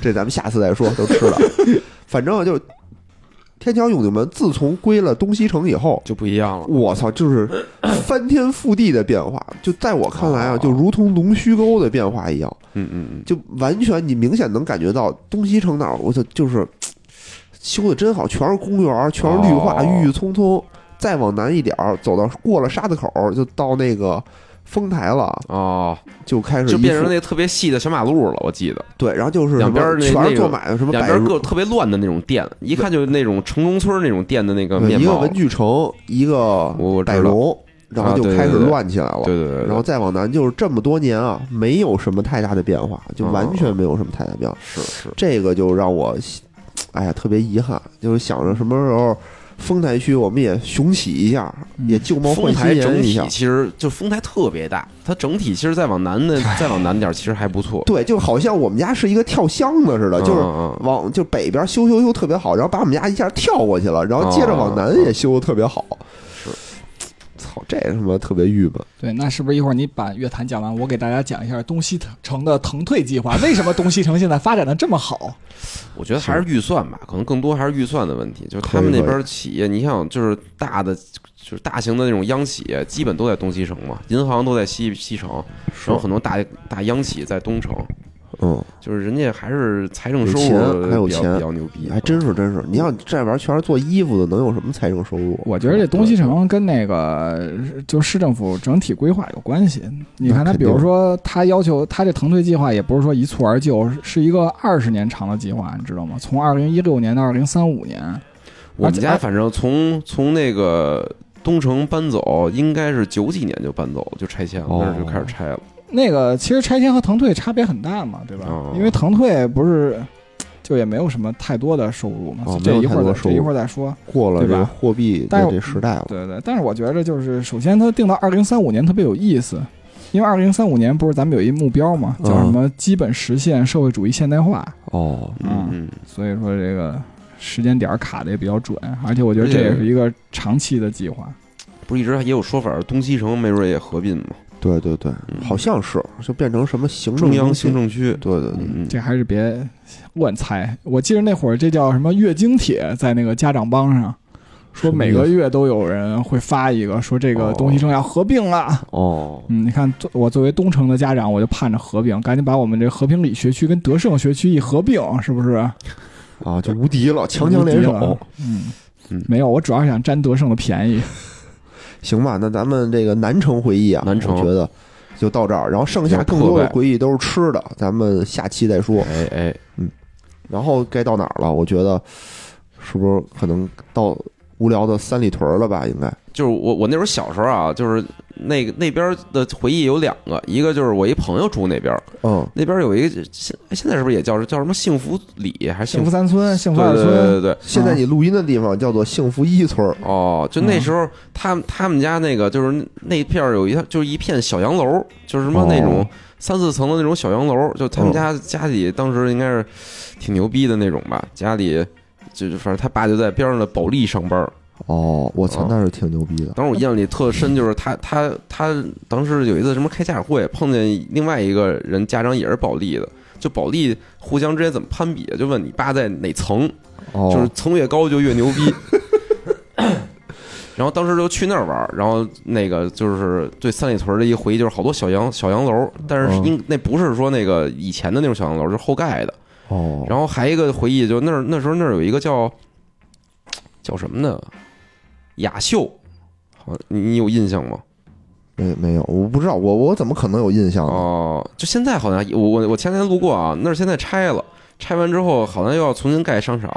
这咱们下次再说，都吃了。反正就是天桥永定门自从归了东西城以后，
就不一样了。
我操，就是翻天覆地的变化，就在我看来啊，
哦
就如同龙须沟的变化一样，
嗯嗯嗯，
就完全你明显能感觉到东西城那儿，我操，就是修的真好，全是公园儿，全是绿化，
哦
郁郁葱葱。再往南一点儿，走到过了沙子口儿，就到那个丰台了，
哦，
就开始
就
一
变成
副
那特别细的小马路了，我记得
对，然后就是
两边
什么全
儿那那
是
个
做买卖，什么
两
百
边
如
各特别乱的那种店，一看就是那种城中村那种店的那个
对
面
一个
貌
文。具城，一个
我我知
百
道，
龙，然后
啊
就
对对
开始
对
乱起来了。
对对对，对
然后再往南，就是这么多年啊，没有什么太大的变化，
哦
就完全没有什么太大变化。
是是，
这个就让我，哎呀，特别遗憾，就是想着什么时候丰台区我们也雄起一下，
嗯
也旧貌
丰
换
台
新
整
颜一
体
下。
其实就丰台特别大，它整体其实再往南的再往南点儿其实还不错，
对，就好像我们家是一个跳箱子似的，
嗯
就是
嗯嗯
往就北边修修修特别好，然后把我们家一下跳过去了，然后接着往南也修的特别好。
哦是，
操，这他妈特别郁闷。
对，那是不是一会儿你把乐坛讲完，我给大家讲一下东西城的腾退计划？为什么东西城现在发展的这么好？
我觉得还是预算吧，可能更多还是预算的问题。就是他们
可以
那
可以
边企业，你想就是大的，就是大型的那种央企，基本都在东西城嘛，银行都在西西城，然后很多大大央企在东城，
嗯，
就是人家还是财政
有
收
钱
入
还有
比较
钱
比较牛逼，
还真是真是，你要这玩意儿全是做衣服的，能有什么财政收入？啊
我觉得这东西城跟那个就市政府整体规划有关系。你看，
那
他
肯
比
定
如说，他要求他这腾退计划也不是说一蹴而就，是一个二十年长的计划，你知道吗？从二零一六年到二零三五年，
我们
而且
家
而
反正从从那个东城搬走，应该是九几年就搬走，就拆迁了，
哦
那时候就开始拆了。
那个其实拆迁和腾退差别很大嘛，对吧？
哦
因为腾退不是就也没有什么太多的收入嘛，
哦
这
没有
一会
太
儿
多
再
收
这
入
一会儿再说。
过了这
对
个
吧
货币
但
的
是
这时代了。
对对，但是我觉得就是，首先它定到二零三五年特别有意思，因为二零三五年不是咱们有一目标嘛，叫什么基本实现社会主义现代化，
哦，
嗯嗯，
所以说这个时间点儿卡的也比较准，而且我觉得这也是一个长期的计划。
不是一直也有说法，东西城没准也合并嘛，
对对对，
嗯
好像是就变成什么行政
中央
中心
行政区。
对对对，
嗯
嗯这还是别乱猜。我记得那会儿这叫什么月经帖，在那个家长帮上，说每个月都有人会发一个，说这个东西城要合并了。
哦，
嗯，你看，作我作为东城的家长，我就盼着合并，赶紧把我们这和平里学区跟德胜学区一合并，是不是？
啊，就无敌了， 强强联
无敌
手
了，嗯
嗯，
没有，我主要是想占德胜的便宜。
行吧？那咱们这个南城回忆啊，
南城
我觉得就到这儿，然后剩下更多的诡异都是吃的，咱们下期再说。
哎哎，
然后该到哪儿了？我觉得是不是可能到无聊的三里屯了吧？应该
就是我我那时候小时候啊，就是那个那边的回忆有两个，一个就是我一朋友住那边，
嗯，
那边有一个现哎现在是不是也叫叫什么幸福里还是幸
幸福
福
三村、幸福
对
二
对
村，
对对对。
现在你录音的地方叫做幸福一村儿，
哦，就
嗯
那时候，他们他们家那个就是那片儿有一就是一片小洋楼，就是什么那种
哦
三四层的那种小洋楼，就他们
嗯
家家里当时应该是挺牛逼的那种吧，家里就是反正他爸就在边上的保利上班儿。
哦，我操
哦，
那是挺牛逼的。
当时我印象里特深，就是 他他他当时有一次什么开家长会，碰见另外一个人家长也是保利的，就保利互相之间怎么攀比，就问你爸在哪层，
哦，
就是层越高就越牛逼。 然后当时就去那儿玩儿，然后那个就是对三里屯的一个回忆，就是好多小洋小洋楼，但是
嗯
应那不是说那个以前的那种小洋楼，是后盖的。
哦，
然后还一个回忆，就那儿那时候那儿有一个叫叫什么呢？雅秀，好像你你有印象吗？
没没有，我不知道，我我怎么可能有印象呢？
哦，就现在好像我我我前天路过啊，那儿现在拆了，拆完之后好像又要重新盖商场。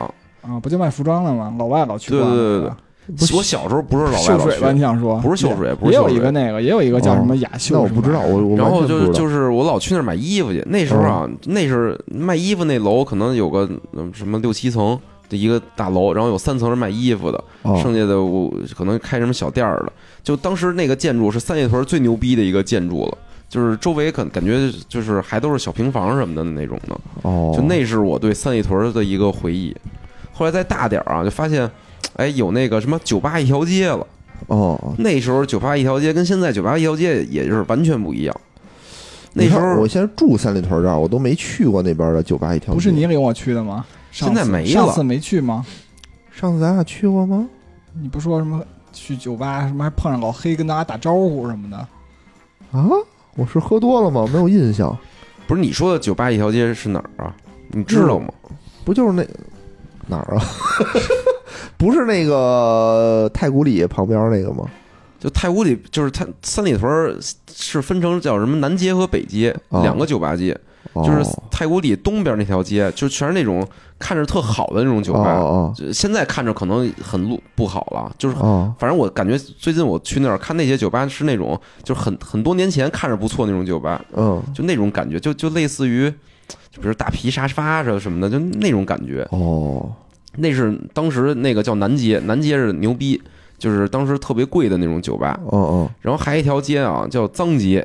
啊，不就卖服装的吗？老外老去
对
逛
对对
那个
不是
我小时候不是老外
秀
老
水
去
吧？你想说
不是秀水
也
不是
也
秀
有一
水哦
个那个，也有一个叫什么雅秀，
那我不知道，。我我
然后
完全不
就
知道。嗯
就是我老去那儿买衣服去，那时候啊，那是卖衣服那楼可能有个嗯什么六七层的一个大楼，然后有三层是卖衣服的，
哦
剩下的我可能开什么小店儿的。就当时那个建筑是三里屯最牛逼的一个建筑了，就是周围感感觉就是还都是小平房什么的那种的，
哦，
就那是我对三里屯的一个回忆。后来再大点儿啊，就发现，哎，有那个什么酒吧一条街了。
哦，
那时候酒吧一条街跟现在酒吧一条街也是完全不一样。那
你
时
看
候
我现在住三里屯这儿，我都没去过那边的酒吧一条街。
不是你领我去的吗？上
现在
次
没
上
了
次没去吗？
上次咱俩去过吗？
你不说什么去酒吧什么还碰上老黑跟大家打招呼什么的？
啊，我是喝多了吗？没有印象，
不是你说的酒吧一条街是哪儿啊？你知
嗯
道吗？
不就是那哪儿啊？ 不是那个太古里旁边那个吗？
就太古里，就是它三里屯儿是分成叫什么南街和北街、
哦
两个酒吧街，
哦
就是太古里东边那条街，就全是那种看着特好的那种酒吧。
哦
就现在看着可能很路不好了，就是
哦哦
反正我感觉最近我去那儿看那些酒吧是那种，就是很很多年前看着不错那种酒吧，
嗯
就那种感觉，就就类似于，就比如大皮沙发什么什么的，就那种感觉。
哦
那是当时那个叫南街，南街是牛逼，就是当时特别贵的那种酒吧。
哦哦，
然后还一条街啊，叫脏街，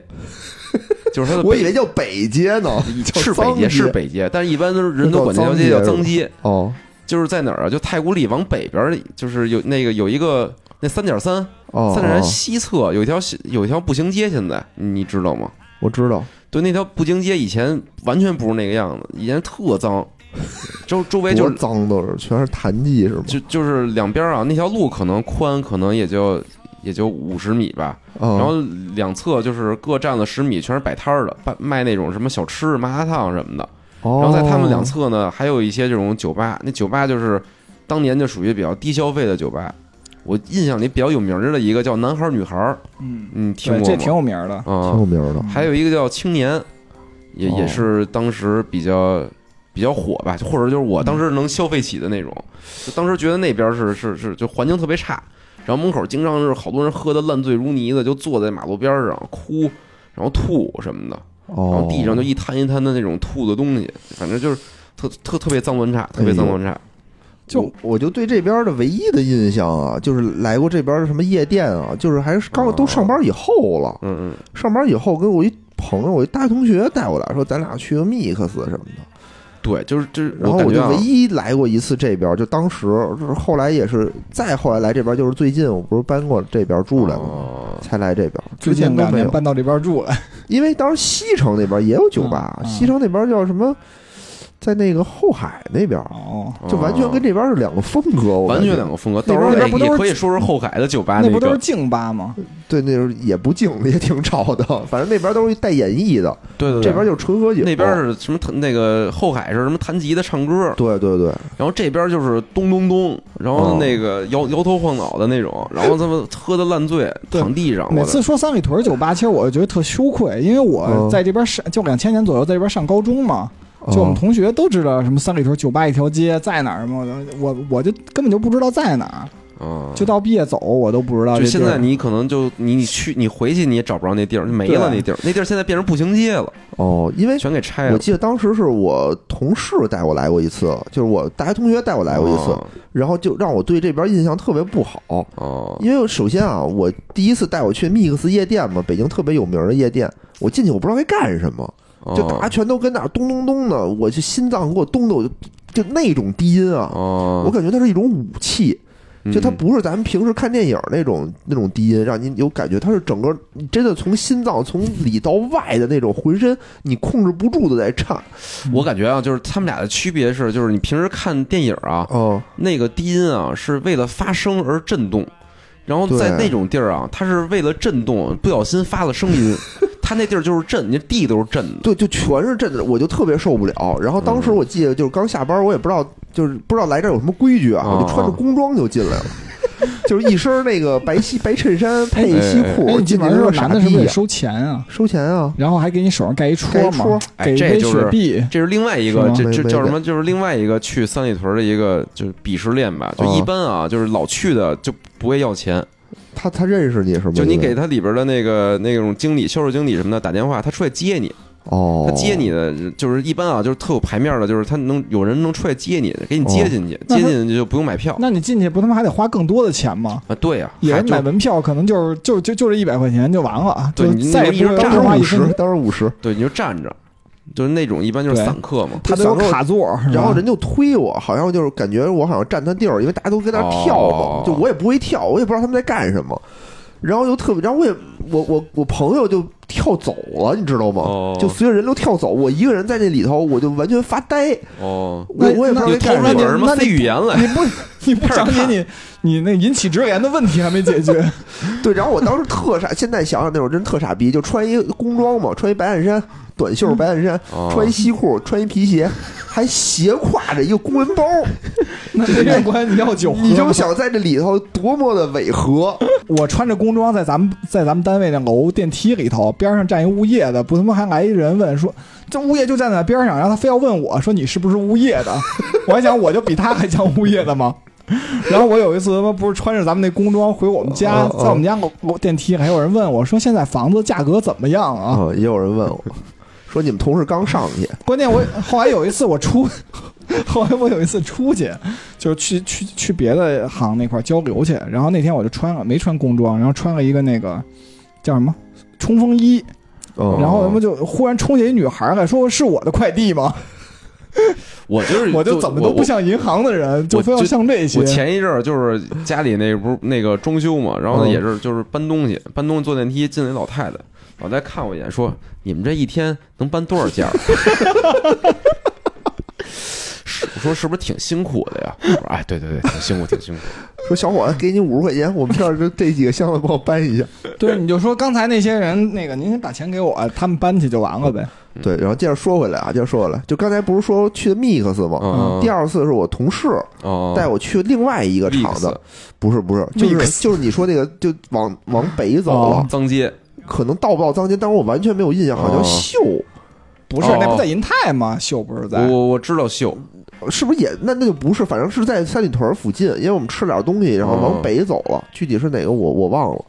就是它的北
我以为叫北街 呢，叫
是北
桑
街是北街，但是一般都是人都管这条
那
街
叫
叫
脏街
脏街，
哦
就是在哪儿啊？就太古里往北边儿，就是有那个有一个那三点三
哦，
三点三
哦
西侧有一条西有一条步行街，现在你知道吗？
我知道
对，那条步行街以前完全不是那个样子，以前特脏，周周围就
多
是
脏都是全是痰迹是吗？
就就是两边啊，那条路可能宽，可能也就也就五十米吧，
然
然后两侧就是各站了十米，全是摆摊儿的，卖卖那种什么小吃、麻辣烫什么的。然后在他们
哦
两侧呢，还有一些这种酒吧，那酒吧就是当年就属于比较低消费的酒吧。我印象里比较有名儿的一个叫“男孩儿女孩儿
嗯”，，
你
对
听，过
这
吗
挺？有名儿的。
哦挺
啊、
有名的，
还有一个叫青年，也也
嗯哦
是当时比较比较火吧，或者就是我当时
嗯
能消费起的那种。就当时觉得那边是是是，就环境特别差，然后门口经常是好多人喝的烂醉如泥的，就坐在马路边上哭，然后吐什么的，然
哦
后，地上就一滩一滩的那种吐的东西，反正就是特特特别脏乱差，特别脏乱差。
哎就我就对这边的唯一的印象啊，就是来过这边的什么夜店啊，就是还是刚
哦
都上班以后了，
嗯嗯，
上班以后跟我一朋友，我一大学同学带我俩说，咱俩去个 mix 什么的，
对，就是就是
然后
感
我
觉
就
啊
唯一来过一次这边，就当时就是后来也是再后来来这边，就是最近我不是搬过这边住来吗？
哦
才来这边，
最
之前
近
都
两
没
年
有。
搬到这边住了，
因为当时西城那边也有酒吧，
嗯嗯
西城那边叫什么在那个后海那边儿，
哦，
就完全跟
这
这边儿是两个风格。我感
完
觉
全两个风格。
那
到时
边
候
那
也
不都是
也可以说说后海的酒吧
那不都
个
是，静吧吗？
对，那时候也不静，也挺吵的。反正那边都是带演绎的，
对对对，
这边就是纯喝酒。
那边是什么弹？那个后海是什么弹吉的、唱歌，
对对对，
然后这边就是咚咚咚，然后
哦
那个摇摇头晃脑的那种，然后他们喝的烂醉，
对
躺地上。
每
我的
次说三里屯酒吧，其实我觉得特羞愧，因为我
嗯
在这边上，就两千年左右在这边上高中嘛，就我们同学都知道什么三里屯酒吧一条街在哪儿嘛，我我就根本就不知道在哪儿，
嗯，
就到毕业走我都不知道
就
这地儿。
现在你可能就你你去你回去你也找不着那地儿，没了
啊
对
那地儿，那地儿现在变成步行街了，
哦，因为
全给拆了
我。记得当时是我同事带我来过一次，就是我大学同学带我
啊
来过一次，然后就让我对这边印象特别不好。
哦，哦，
因为首先啊，我第一次带我去 Mix 夜店嘛，北京特别有名的夜店，我进去我不知道该干什么，
哦
就大家全都跟那儿咚咚咚的，我就心脏给我咚的，我就就那种低音啊，
哦，
我感觉它是一种武器，就它
嗯
不是咱们平时看电影那种那种低音，让你有感觉，它是整个你真的从心脏从里到外的那种，浑身你控制不住的在颤。
我感觉啊，就是他们俩的区别是，就是你平时看电影啊，
哦，
那个低音啊是为了发声而震动，然后在
对
那种地儿啊，它是为了震动，不小心发了声 音，它那地儿就是震，你地都是震的。
对，就全是震的，我就特别受不了。然后当时
嗯
我记得就是刚下班，我也不知道，就是不知道来这儿有什么规矩啊，
嗯
我就
哦
穿着工装就进来了。 就是一身那个白西白衬衫配西裤，
哎，
我
你
进去
进门的时
是
候
个傻
男的是不
逼
是得
呀，
收钱啊？
收钱啊！
然后还给你手上盖一戳
哎盖一戳
嘛，
哎
给一
这
杯
就是
雪碧。
这是另外一
是
个，
吗
这
没
这
没
叫什么？就是另外一个去三里屯的一个就是鄙视链吧。就
嗯
一般啊，就是老去的就不会要钱，
他他认识你是吗？
就你给
他
他里边的那个那种经理、销售经理什么的打电话，他出来接你，
哦，
他接你的就是一般啊，就是特有牌面的，就是他能有人能出来接你，给你接进去，
哦那
接
他
进去就不用买票
那你进去不他妈还得花更多的钱吗？
啊。对呀，
也
还
是
就
买门票，可能就是就就就这一百块钱就完了，啊
对
就
你
再也
你一
不
人
会
站
多
着
花
当时
一
五
分
十，
钱。
当时五十，
对，你就站着，就是那种一般就是
对
散客嘛。
他都有卡座，是吧
然后人就推我，好像就是感觉我好像占他地儿，因为大家都跟那儿跳
哦
嘛，就我也不会跳，我也不知道他们在干什么。然后就特别，然后我也我我我朋友就跳走了，你知道吗？
哦
就随着人流跳走，我一个人在那里头，我就完全发呆，
哦，
我
那
我也不知道
就
在
掏
干
出
什
耳
么。
朵嘛，
那你
飞语言来。
你不你不讲解你你那引起直言的问题还没解决，
对，然后我当时特傻，现在想想那会儿真特傻逼，就穿一工装嘛，穿一白衬衫、短袖白衬衫，
哦
穿一西裤，穿一皮鞋，还斜挎着一个公文包，
那没人管你要酒喝吗，
你就想在这里头多么的违和。
我穿着工装在咱们在咱们单位那楼电梯里头，边上站一物业的，不他妈还来一人问说，这物业就站在边上，然后他非要问我说你是不是物业 的？我还想我就比他还像物业的吗？然后我有一次他妈不是穿着咱们那工装回我们家，
哦哦
在我们家楼楼电梯还有人问我说现在房子价格怎么样啊？
啊，也有人问我，说你们同事刚上去，
关键我后来有一次我出，后来我有一次出去，就是去去去别的行那块儿交流去，然后那天我就穿了没穿工装，然后穿了一个那个叫什么冲锋衣，哦然
哦
后他妈就忽然冲进一女孩儿来说是我的快递吗？
我就是
我就怎么都不。像银行的人，就
我
非要
就
像这
我
些
我。前一阵儿就是家里那不是那个装修嘛，然后呢
嗯
也是就是搬东西，搬东西坐电梯进来一老太太，老太太看我一眼说：“你们这一天能搬多少件儿？”啊 是我说是不是挺辛苦的呀？我说哎，对对对，挺辛苦，挺辛苦。
说小伙子给你五十块钱，我们这儿就这几个箱子帮我搬一下。
对，你就说刚才那些人，那个您先把钱给我，他们搬去就完了呗。
嗯
对，然后接着说回来啊，接着说回来，就刚才不是说去 Mix 吗？
嗯，
第二次是我同事
哦，
带我去另外一个厂子，不是不是，就是
Mix
就是你说那个，就往往北走
哦
了，
脏街
可能到不到脏街，但是我完全没有印象，好像
哦
叫秀，
不是，
哦
那不在银泰吗？秀不是在
我我我知道秀，
是不是也那那就不是，反正是在三里屯附近，因为我们吃点东西，然后
哦
往北走了，具体是哪个我我忘了。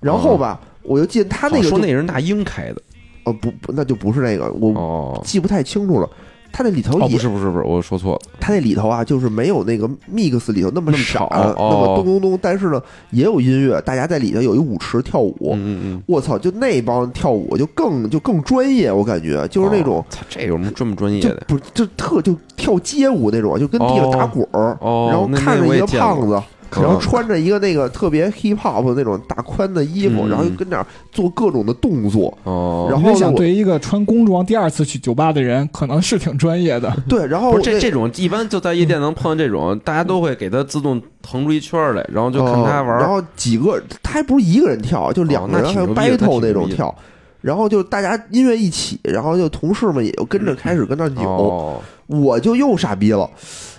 然后吧，我就记得他那个
好嗯哦说
就
那人大英开的
哦不不，那就不是那个，我
嗯
哦
记不太清楚了。他那里头
哦
也
不，是不是不是，我说错了
他那里头啊，就是没有那个 mix 里头那么
那么
闪，
吵
那
哦
么咚咚咚，但是呢，也有音乐，大家在里头有一舞池跳舞。
嗯嗯嗯，
我操！就那帮跳舞就更就更专业，我感觉就是那种
哦操这有什么专不专业
就
的
不就特就跳街舞那种，就跟地上打滚儿，
哦，
然后
那
看
那
着
我
一
也
个
见过
胖子，
嗯
然后穿着一个那个特别 hip hop 的那种大宽的衣服，
嗯
然后跟那儿做各种的动 作，
哦，
然
你
后
得
呢
想，
我
对于一个穿工装第二次去酒吧的人，可能是挺专业的。
对，然后
不是这
那
这种一般就在夜店能碰见这种，大家都会给他自动腾出一圈儿来，嗯然后就看他玩
哦然
儿。
后几个他还不是一个人跳，就两个
哦那
人还
挺
有
牛逼的那
battle
挺
那
牛
种
逼的
跳，然后就大家音乐一起，然后就同事们也就跟着开始跟那儿扭，
哦，
我就又傻逼了，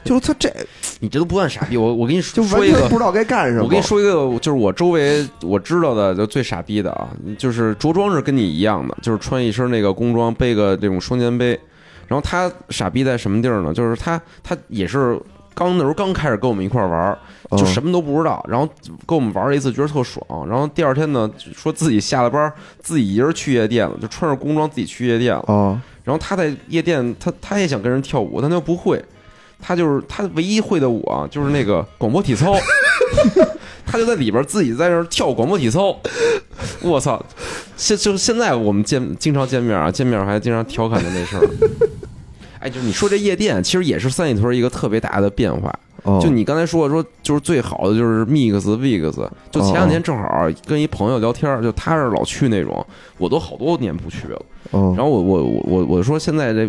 就是他这
你这都不算傻逼，我我跟你
就完
说说一
全
个
不，知道该干什么。
我跟你说一个，就是我周围我知道的就最傻逼的啊，就是着装是跟你一样的，就是穿一身那个工装，背个这种双肩背。然后他傻逼在什么地儿呢？就是他他也是刚那时候刚开始跟我们一块儿玩儿，
嗯，
就什么都不知道，然后跟我们玩了一次，觉得特爽。然后第二天呢，说自己下了班，自己一人去夜店了，就穿着工装自己去夜店了。
啊，
然后他在夜店，他他也想跟人跳舞，但他又不会，他就是他唯一会的舞啊，就是那个广播体操。 他就在里边自己在那儿跳广播体操，我操！现就是现在我们见经常见面啊，见面还经常调侃他那事儿。 哎，就是你说这夜店，其实也是三里屯一个特别大的变化。
哦
就你刚才说说，就是最好的就是 Mix Vix，就前两天正好跟一朋友聊天儿，就他是老去那种，我都好多年不去了。
哦
然后我我我我我说现在这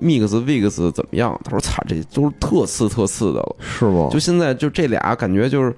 Mix Vix 怎么样？他说操，这都是特次特次的了。
是吗？
就现在就这俩感觉就是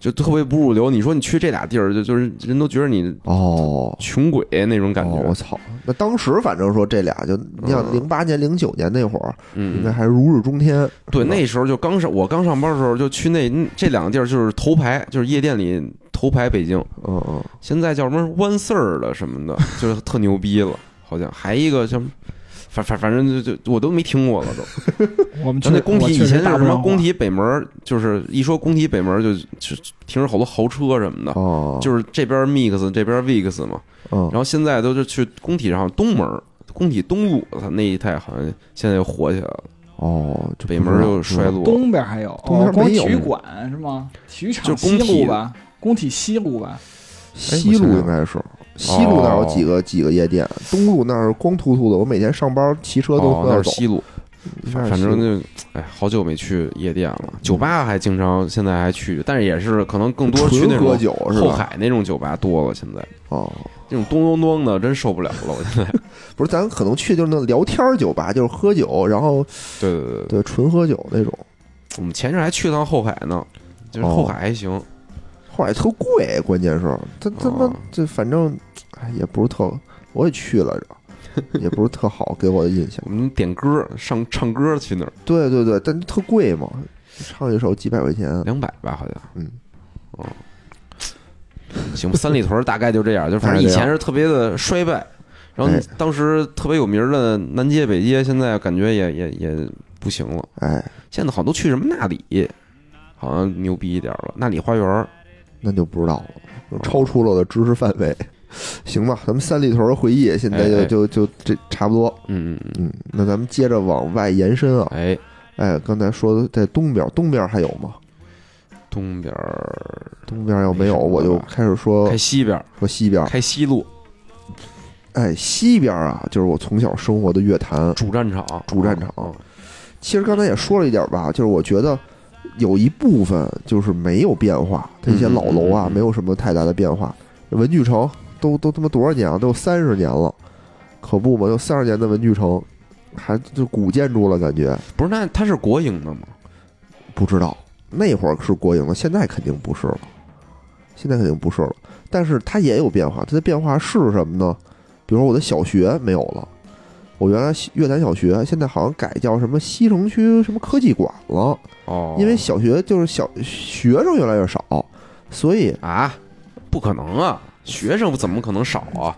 就特别不入流。你说你去这俩地儿，就就是人都觉得你
哦。
穷鬼那种感觉。
哦我操！那当时反正说这俩就，你想
嗯
零八年、零九年那会儿，应
嗯
该，还如日中天。
对，
是吧
那时候就刚上我刚上班的时候就去那这两个地儿，就是头牌，就是夜店里头牌北京。
嗯嗯，
现在叫什么 One Sir 的什么的， 就是特牛逼了，好像还一个叫什么，反反反正就就我都没听过了 都。
我们
咱
去
那工体以前是
大
什么工？体北门儿，就是一说工体北门儿就就停着好多豪车什么的，
哦，
啊就是这边 Mix 这边 Vix 嘛。
嗯
然后现在都是去工体上东门儿。工体东路，它那一带好像现在又火起来了，
哦，这
北
不知
门儿
道
就衰。
嗯
落。
东边还有，
东边
哦光
没有
体育馆是吗？体育
就
场
工
西
体
路吧，工体西路
哎
吧。
西路应该是西路那儿有
哦
几个几个夜店，东路那儿光秃秃的。我每天上班骑车都
哦，
快
那
要
是
走。
西路，
应该
反
是
反
西
正
路
就，哎，好久没去夜店了。酒吧还经常，现在还去，但是也是可能更多去那
纯喝
种
酒是
后
吧？
海那种酒吧多了。现在
哦，
这种咚咚咚的，真受不了了。我现在，
不是，咱可能去就是那聊天儿酒吧，就是喝酒，然后
对对对对，
对纯喝酒那种。
我们前阵还去趟后海呢，就是后海还行。
后来特贵，关键是他他妈
哦
这反正哎也不是特，我也去了 着，也不是特好给我的印象。
我们点歌上唱歌去那儿，
对对对，但特贵嘛，唱一首几百块钱。
两百吧，好像。
嗯，
哦，行吧，三里屯大概就这样，就反正
大概
以
这样
前是特别的衰败，然后
哎
当时特别有名的南街北街，现在感觉也也也不行了。
哎，
现在好像都去什么那里，好像牛逼一点了。那里花园儿，
那就不知道
哦
了，超出了我的知识范围。 行吧，咱们三里屯的回忆现在就
哎哎
就就这差不多。
嗯嗯嗯，
嗯，那咱们接着往外延伸啊。
哎，
哎，刚才说的在东边，东边还有吗？
东边儿
东边要没有，
没什么
我就
吧
开始说
开西边儿，
说西边。
开西路
哎，西边啊，就是我从小生活的乐坛。
主战场，
主战场
嗯
其实刚才也说了一点吧，就是我觉得有一部分就是没有变化，它一些老楼啊
嗯嗯嗯嗯
没有什么太大的变化。文具城都都他妈多少年了，都有三十年了，可不嘛，有三十年的文具城，还就古建筑了，感觉
不是那它是国营的吗？
不知道那会儿是国营的，现在肯定不是了，现在肯定不是了。但是它也有变化，它的变化是什么呢？比如说我的小学没有了，我原来越南小学现在好像改叫什么西城区什么科技馆了。
哦，
因为小学就是小学生越来越少，所以
啊，不可能啊，学生怎么可能少啊？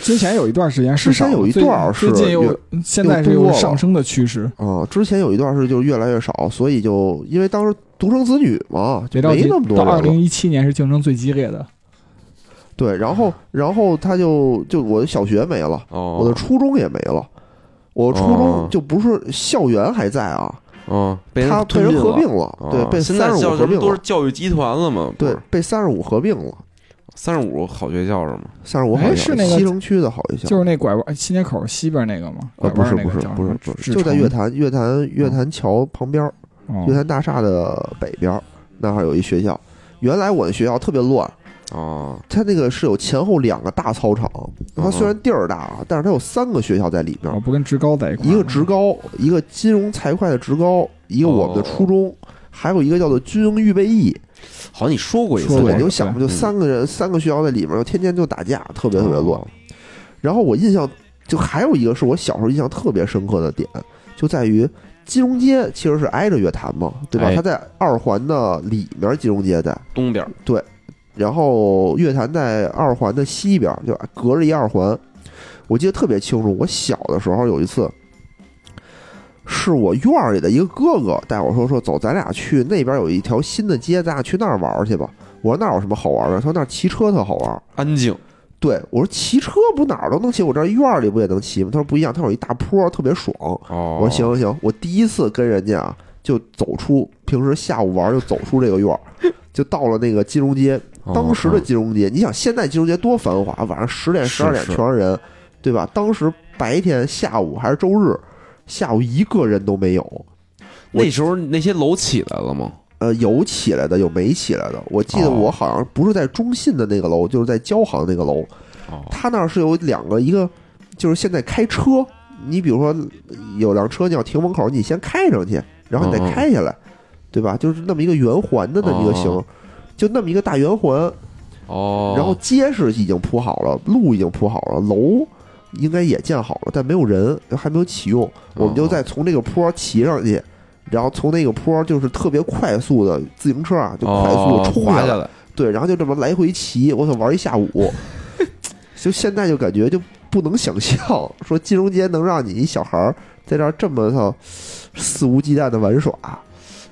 之前有一段时间是
之前
少的
有一
最
段儿
最
是
近
有
又现在是
又多
有
了
上升的趋势。
啊、之前有一段是就是越来越少，所以就因为当时独生子女嘛，就
别着
没
急
那么，多
到二
人了。
零一七年是竞争最激烈的。
对，然后然后他就就我的小学没了，
哦，
我的初中也没了，我初
哦
中就不是校园还在啊，
嗯，被
他被
吞
人
并
合
了
并。了，
哦
对，被
现
三
在
十五
叫
合
什
并
么都是
了，
教育集团了嘛？
对，被三十五合并了，
三十五好学校是吗？
三十五好
哎
像
是那个
西城区的好一些，
就是那拐弯新街口西边那个吗？
啊
拐
不
弯
是
那
不
个
是
叫
不是
什么
不
志
是，就在
成
月坛月坛月坛桥旁边儿，
哦
乐坛大厦的北边儿，那儿有一学校。原来我的学校特别乱，
哦，
它那个是有前后两个大操场，它
嗯
虽然地儿大啊，但是它有三个学校在里面
哦我，不跟职高在一块儿
一
吗，
个职高，一个金融财会的职高，一个我们的初中，还有一个叫做军营预备役。
好像你说过一次
说
这
过
个，
我就想吧，就三个人，三个学校在里面，天天就打架，特别特别乱
哦。
然后我印象就还有一个是我小时候印象特别深刻的点，就在于金融街其实是挨着乐坛嘛，对吧？
哎
它在二环的里面，金融街在，
东边儿，
然后乐坛在二环的西边，就隔着一二环。我记得特别清楚，我小的时候有一次，是我院儿里的一个哥哥带我说说走，咱俩去那边有一条新的街，咱俩去那儿玩儿去吧。我说那儿有什么好玩的？他说那儿骑车特好玩儿。
安静，
对我说骑车不哪儿都能骑，我这院儿里不也能骑吗？他说不一样，他有一大坡，特别爽。
哦，
我说行行行，我第一次跟人家啊，就走出平时下午玩儿就走出这个院儿，就到了那个金融街。
哦，
当时的
嗯
金融街，你想现在金融街多繁华，晚上十点
是
十二点
是
全是人，对吧？当时白天下午还是周日，下午一个人都没有。我
那时候那些楼起来了吗？
呃，有起来的，有没起来的。我记得
哦
我好像不是在中信的那个楼，就是在交行那个楼，
哦，
它那儿是有两个，一个就是现在开车，你比如说有辆车你要停门口，你先开上去，然后你再
嗯嗯
开下来，对吧？就是那么一个圆环的那么一个形，
哦
就那么一个大圆环，
哦，
然后街是已经铺好了，路已经铺好了，楼应该也建好了，但没有人，还没有启用。我们就
哦
再从这个坡骑上去，然后从那个坡就是特别快速的自行车啊，就快速
哦
地冲
滑
来，
下来，
对，然后就这么来回骑，我操，玩一下 午。就现在就感觉就不能想象，说金融街能让你一小孩儿在这儿这么操肆无忌惮的玩耍。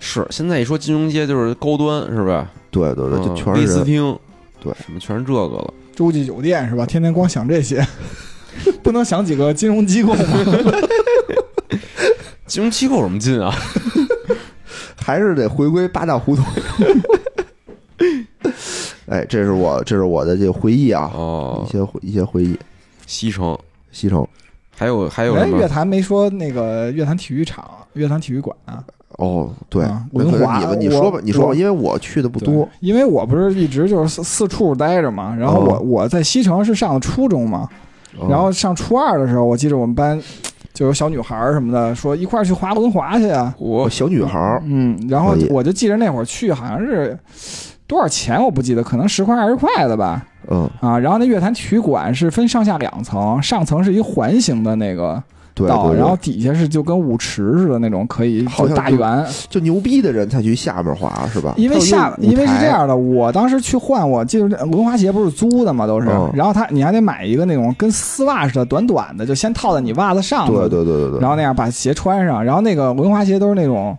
是现在一说金融街就是高端，是吧？
对对对，就
嗯
全
丽
是
思
人。
汀，
对
什么全是这个了。
洲际酒店是吧？天天光想这些， 不能想几个金融机构吗？
金融机构有什么劲啊？
还是得回归八大胡同。 哎，这是我这是我的这个回忆啊，
哦
一，些回一些回忆。
西城
西城
还有还有
哎，
什
乐
么？
坛没说那个乐坛体育场、乐坛体育馆啊、
哦，对
啊，
那可
文
能
华
你们你
我
说吧，你说吧，
我
因为我去的不
对
多。，
因为我不是一直就是四四处待着嘛，然后我、
哦
我在西城是上的初中嘛，
哦
然后上初二的时候，我记着我们班就有小女孩儿什么的说一块儿去滑轮滑去啊，
哦
我
小女孩儿，
嗯，然后
可以
我就记着那会儿去好像是多少钱我不记得，可能十块二十块的吧，
嗯，
啊，然后那乐坛体育馆是分上下两层，上层是一环形的那个
对
道，
对，
然后
对
底下是就跟舞池似的那种，可以
好
就
像
大
就
圆，
就牛逼的人才去下面滑是吧？
因为
他有
下，
那种舞
因为是
台
这，样的，我当时去换，我记得轮滑鞋不是租的嘛，都是
嗯。
然后他你还得买一个那种跟丝袜似的短短的，就先套在你袜子上头，
对对对对对。
然后那样把鞋穿上。然后那个轮滑鞋都是那种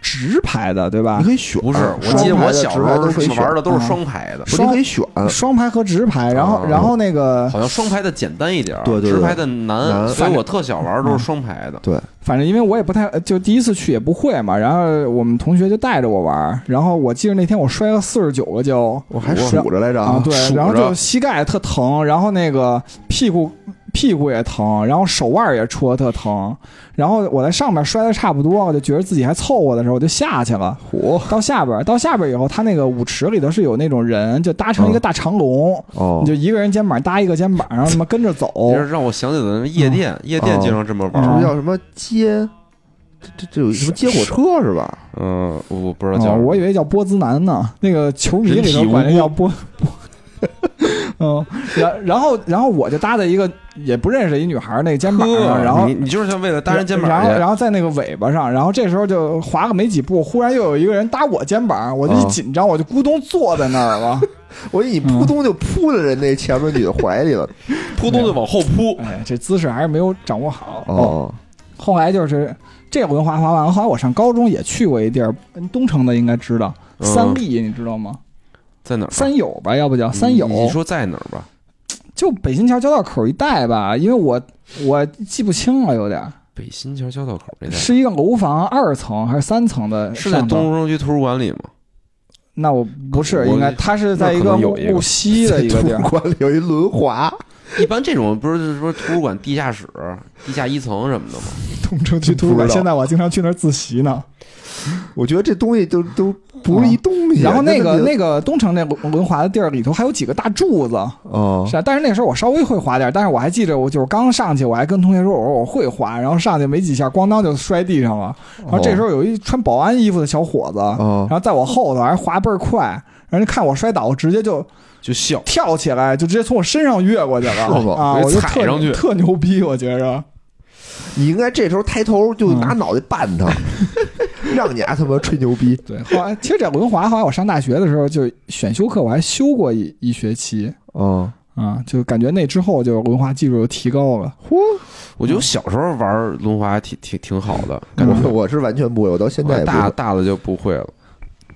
直排的，对吧
你？可以选，
不是，我
双
记得
排
我
的
小时
直排
候
都可以选
玩的嗯都是
嗯
双排的，
不你可以啊选，
双排和直排，然后
哦
然后那个
好像双排的简单一点儿，
对对对
直排的
难
难，所以我特小玩儿都是双排的。
对，
反正因为我也不太就第一次去也不会嘛，然后我们同学就带着我玩儿，然后我记得那天我摔了四十九个跤，
我还
我
数着来着
啊，对，
数
然后
着
就膝盖特疼，然后那个屁股屁股也疼，然后手腕也戳得特疼，然后我在上面摔的差不多，我就觉得自己还凑合的时候，我就下去了。
嚯
到下边儿，到下边儿以后，他那个舞池里头是有那种人，就搭
嗯
成一个大长龙，
哦
你就一个人肩膀搭一个肩膀，然后他妈跟着走。
这让我想起了那夜
嗯
店，夜
哦
店经常这么玩
什
儿
么
嗯。
叫什么接？这这这有什么接火车是吧？
嗯，我我不知道
啊、
叫什么
我以为叫波兹男呢，那个球迷里头管这叫波。波 嗯，然然后然后我就搭在一个也不认识的一女孩儿那个肩膀上，
呵
然后
你你就是想为了搭人肩膀
然后
去，
然后在那个尾巴上，然后这时候就滑个没几步，忽然又有一个人搭我肩膀，我就一
哦
紧张，我就咕咚坐在那儿了。
我以为你扑通就扑在人那前面女的怀里了。
扑通就往后扑。
哎，这姿势还是没有掌握好。，
哦，
后来就是这轮滑滑完，后来我上高中也去过一地儿，嗯东城的应该知道，
嗯
三立你知道吗？
在哪儿？
三友吧，要不叫三友
你。你说在哪儿吧？
就北新桥交道口一带吧，因为我我记不清了，有点儿
北新桥交道口那带，
是一个楼房二层还是三层的
是在
上头
东城区图书馆里吗？
那我不是，
我
应该它是在一
那
个
可能有一个
木西的一个地
在
儿
图书。馆里有一轮滑，
一般这种不是说图书馆地下室、地下一层什么的吗？
东城
区图书馆现
在我经常去那儿自习呢。
我觉得这东西都都不是一东西。
然后那个
嗯那
那个东城那轮轮滑的地儿里头还有几个大柱子，
哦
是啊。但是那时候我稍微会滑点儿，但是我还记着，我就是刚上去，我还跟同学说，我说我会滑，然后上去没几下，咣当就摔地上了。然后这时候有一穿保安衣服的小伙子，
哦
然后在我后头还滑倍儿快，然后看我摔倒，直接就
就笑。
跳起来，就直接从我身上越过去了
是吧
啊！
我
我就
踩
特
上去
特牛逼，我觉着。
你应该这时候抬头就拿脑袋绊 他，让你丫他妈吹牛逼。
对，后来其实这轮滑，后来我上大学的时候就选修课，我还修过一一学期
哦，
啊，就感觉那之后就轮滑技术就提高了。
我觉得我小时候玩轮滑还挺挺挺好的，感觉
我我是完全不会，嗯我到现在也不
大
会。
大了就不会了，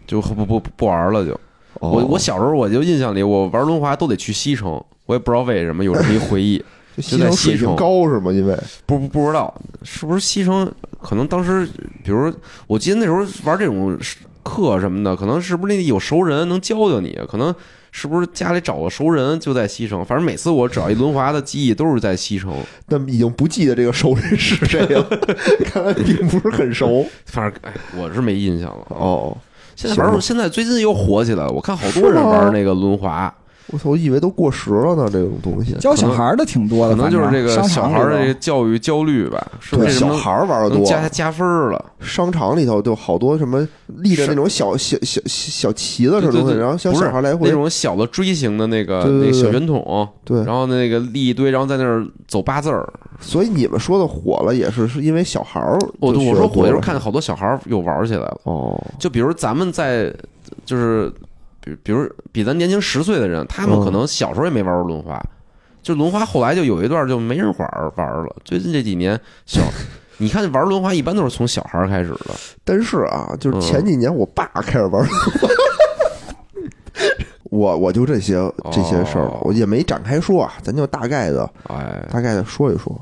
就不不不玩了就。
哦
我我小时候我就印象里，我玩轮滑都得去西城，我也不知道为什么有这么一 回忆，
就
就在
西水
西
平
城
高是吗？因为
不不不知道是不是西城，可能当时比如我记得那时候玩这种课什么的，可能是不是那有熟人能教教你，可能是不是家里找个熟人就在西城，反正每次我只要一轮滑的记忆都是在西城，
那么已经不记得这个熟人是谁了， 看来并不是很熟。
反正哎我是没印象了。
哦，
现在反正现在最近又火起来了，我看好多
是
人
吗
玩那个轮滑，
我操，我以为都过时了呢，这种东西。
教小孩儿的挺多
可
的，
能
呃反
就是
正
这个
商
小
场
孩儿
里
的
头
这个教育焦虑吧，是不
对，
是什
小
么
孩儿玩的
能
多，
加加分儿了？
商场里头就好多什么立着那种小小小小旗子似
对对
的，
对
然后小
不是
小孩来
那
回
种小的锥形的那个
对对对
那个小圆筒，
对
然后那个立一堆，然后在那儿走八字儿。
所以你们说的火了，也是是因为小孩儿就
我
学
我
得
说
多
火就是
了
看好多小孩儿又玩起来了，
哦，
就比如咱们在就是比比如比咱年轻十岁的人，他们
嗯
可能小时候也没玩过轮滑，就轮滑后来就有一段就没人玩儿玩儿了。最近这几年小。 你看玩轮滑一般都是从小孩儿开始的，
但是啊，就是
嗯
前几年我爸开始 玩儿，我我就这些这些事儿了
哦，
我也没展开说啊，咱就大概的
哎，
大概的说一说，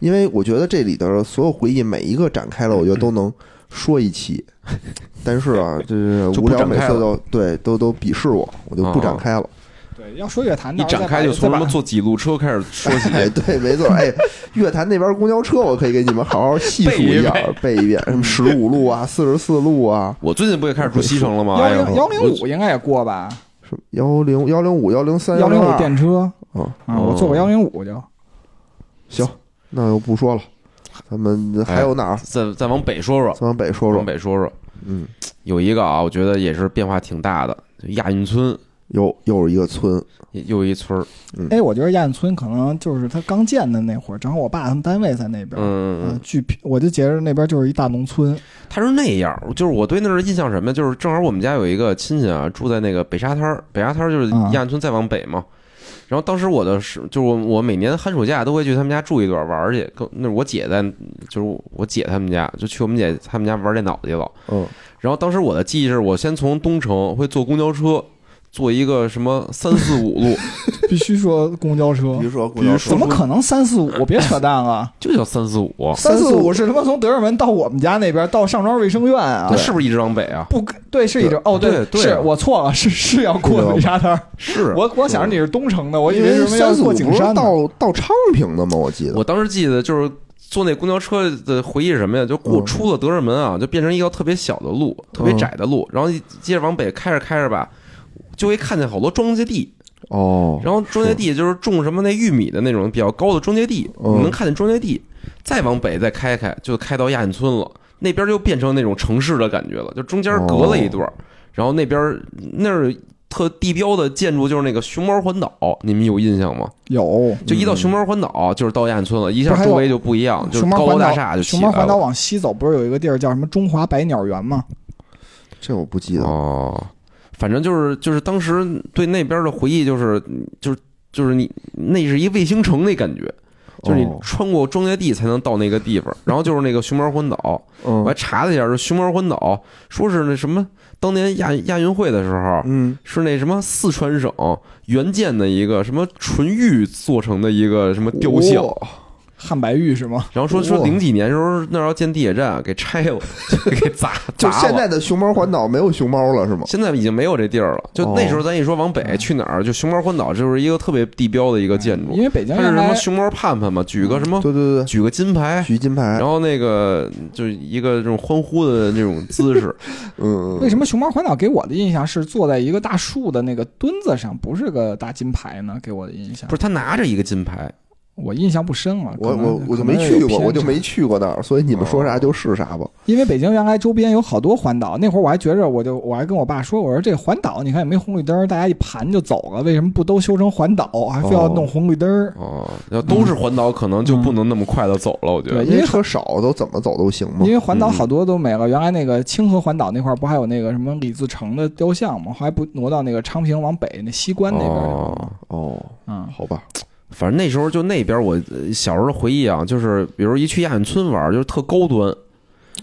因为我觉得这里的所有回忆每一个展开了，我觉得都能说一期。但是啊，就是
就
无
不
聊
展
每
开
次都对都都鄙视我，我就不展开了。
对，要说乐坛
一
到时候
展
再把
开就从
再
什
把
么坐几路车开始说 起，
哎， 对，没错。哎，乐坛那边公交车，我可以给你们好好细数一下，背一遍，什么十五路啊、四十四路啊、
我最近不也开始住西城了吗？哎
幺
呦
零幺零
我
五应该也过吧？
什么幺零幺零五、幺零三、
幺零
二啊
五。电车
嗯
啊，我坐
哦
过幺零五就。
行，那就不说了。咱们还有哪儿？
再再往北说说，
再往北说说
哎往。北说说，
嗯，
有一个啊，我觉得也是变化挺大的，就亚运村
又又是一个村。
又一村儿，
哎，我觉得亚运村可能就是它刚建的那会儿，正好我爸他们单位在那边儿。
嗯，
啊，巨贫，我就觉着那边就是一大农村，
它是那样儿，就是我对那儿印象什么呀，就是正好我们家有一个亲戚啊，住在那个北沙滩儿，北沙滩儿就是
嗯
亚运村再往北嘛。然后当时我的是，就是我我每年寒暑假都会去他们家住一段玩儿去，跟那是我姐在，就是我姐他们家，就去我们姐他们家玩电脑去了。
嗯，
然后当时我的记忆是我先从东城会坐公交车，坐一个什么三四五 路，
必须说公交车
比，如说公
比
交
如
车
说
怎么可能三四五？别扯淡了，
就叫三四五，
三四
345
五是他妈从德胜门到我们家那边到上庄卫生院啊
那，是不是一直往北啊？
不对，是一直哦，
对对
是我错了，是是要过北沙滩儿，
是
我我想着你是东城的，我以
因
为
为
是
三
要
四五
过
不
景
是
山呢。
到到昌平的吗？我记得
我当时记得就是坐那公交车的回忆是什么呀？就过
嗯
出了德胜门啊，就变成一条特别小的路，特别窄的路，然后一接着往北开着开着吧，就会看见好多庄稼地，
哦，
然后庄稼地就是种什么那玉米的那种比较高的庄稼地，
嗯
你能看见庄稼地。再往北再开开，就开到亚运村了，那边就变成那种城市的感觉了，就中间隔了一段
哦
儿，然后那边那儿特地标的建筑就是那个熊猫环岛，你们有印象吗？
有
就一到熊猫环岛就是到亚运村了，一
嗯不
下
是还有
周围就不一样，就是
熊猫
高
环
楼
岛
大厦就起
熊
来
猫环岛
了。
往西走，不是有一个地儿叫什么中华百鸟园吗？
这我不记得。
哦，反正就是就是当时对那边的回忆就是就是就是你那是一卫星城那感觉。就是你
哦
穿过庄稼地才能到那个地方，然后就是那个熊猫环岛，我还
嗯
查了一下，这熊猫环岛说是那什么，当年亚亚运会的时候，
嗯，
是那什么四川省
哦
援建的一个什么纯玉做成的一个什么雕像，
哇
汉白玉是吗？
然后说说
哇
零几年时候那儿要建地铁站，给拆了，给砸
就
砸了。
现在的熊猫环岛没有熊猫了是吗？
现在已经没有这地儿了。就那时候咱一说往北去哪儿，就熊猫环岛就是一个特别地标的一个建筑
因。为北京
它是什
嗯原
么
来
熊猫盼盼嘛，举个什么
嗯对对对
举个金牌
对，，取金牌
哎然，后那个就是一个这种欢呼的那种姿势，
嗯，
为什么熊猫环岛给我的印象是坐在一个大树的那个墩子上，不是个大金牌呢？给我的印象
不是他拿着一个金牌，
我印象不深了。
我
可能
我我就
可能
没
有
去过，
偏
我就
差
没去过那儿，所以你们说啥就是啥吧。
因为北京原来周边有好多环岛，那会儿我还觉着，我就我还跟我爸说，我说这环岛你看也没红绿灯儿，大家一盘就走了，为什么不都修成环岛，还非要弄红绿灯儿？
哦，要都是环岛，可能就不能那么快的走了。我觉得
对，
因
因
为
为
车少，都怎么走都行嘛
嗯
因。为环岛好多都没了，原来那个清河环岛那块儿不还有那个什么李自成的雕像吗？后来不挪到那个昌平往北那西关那边儿去了
哦
吗？，
哦，
嗯，
好吧，
反正那时候就那边我呃小时候的回忆啊，就是比如一去亚运村玩，就是特高端。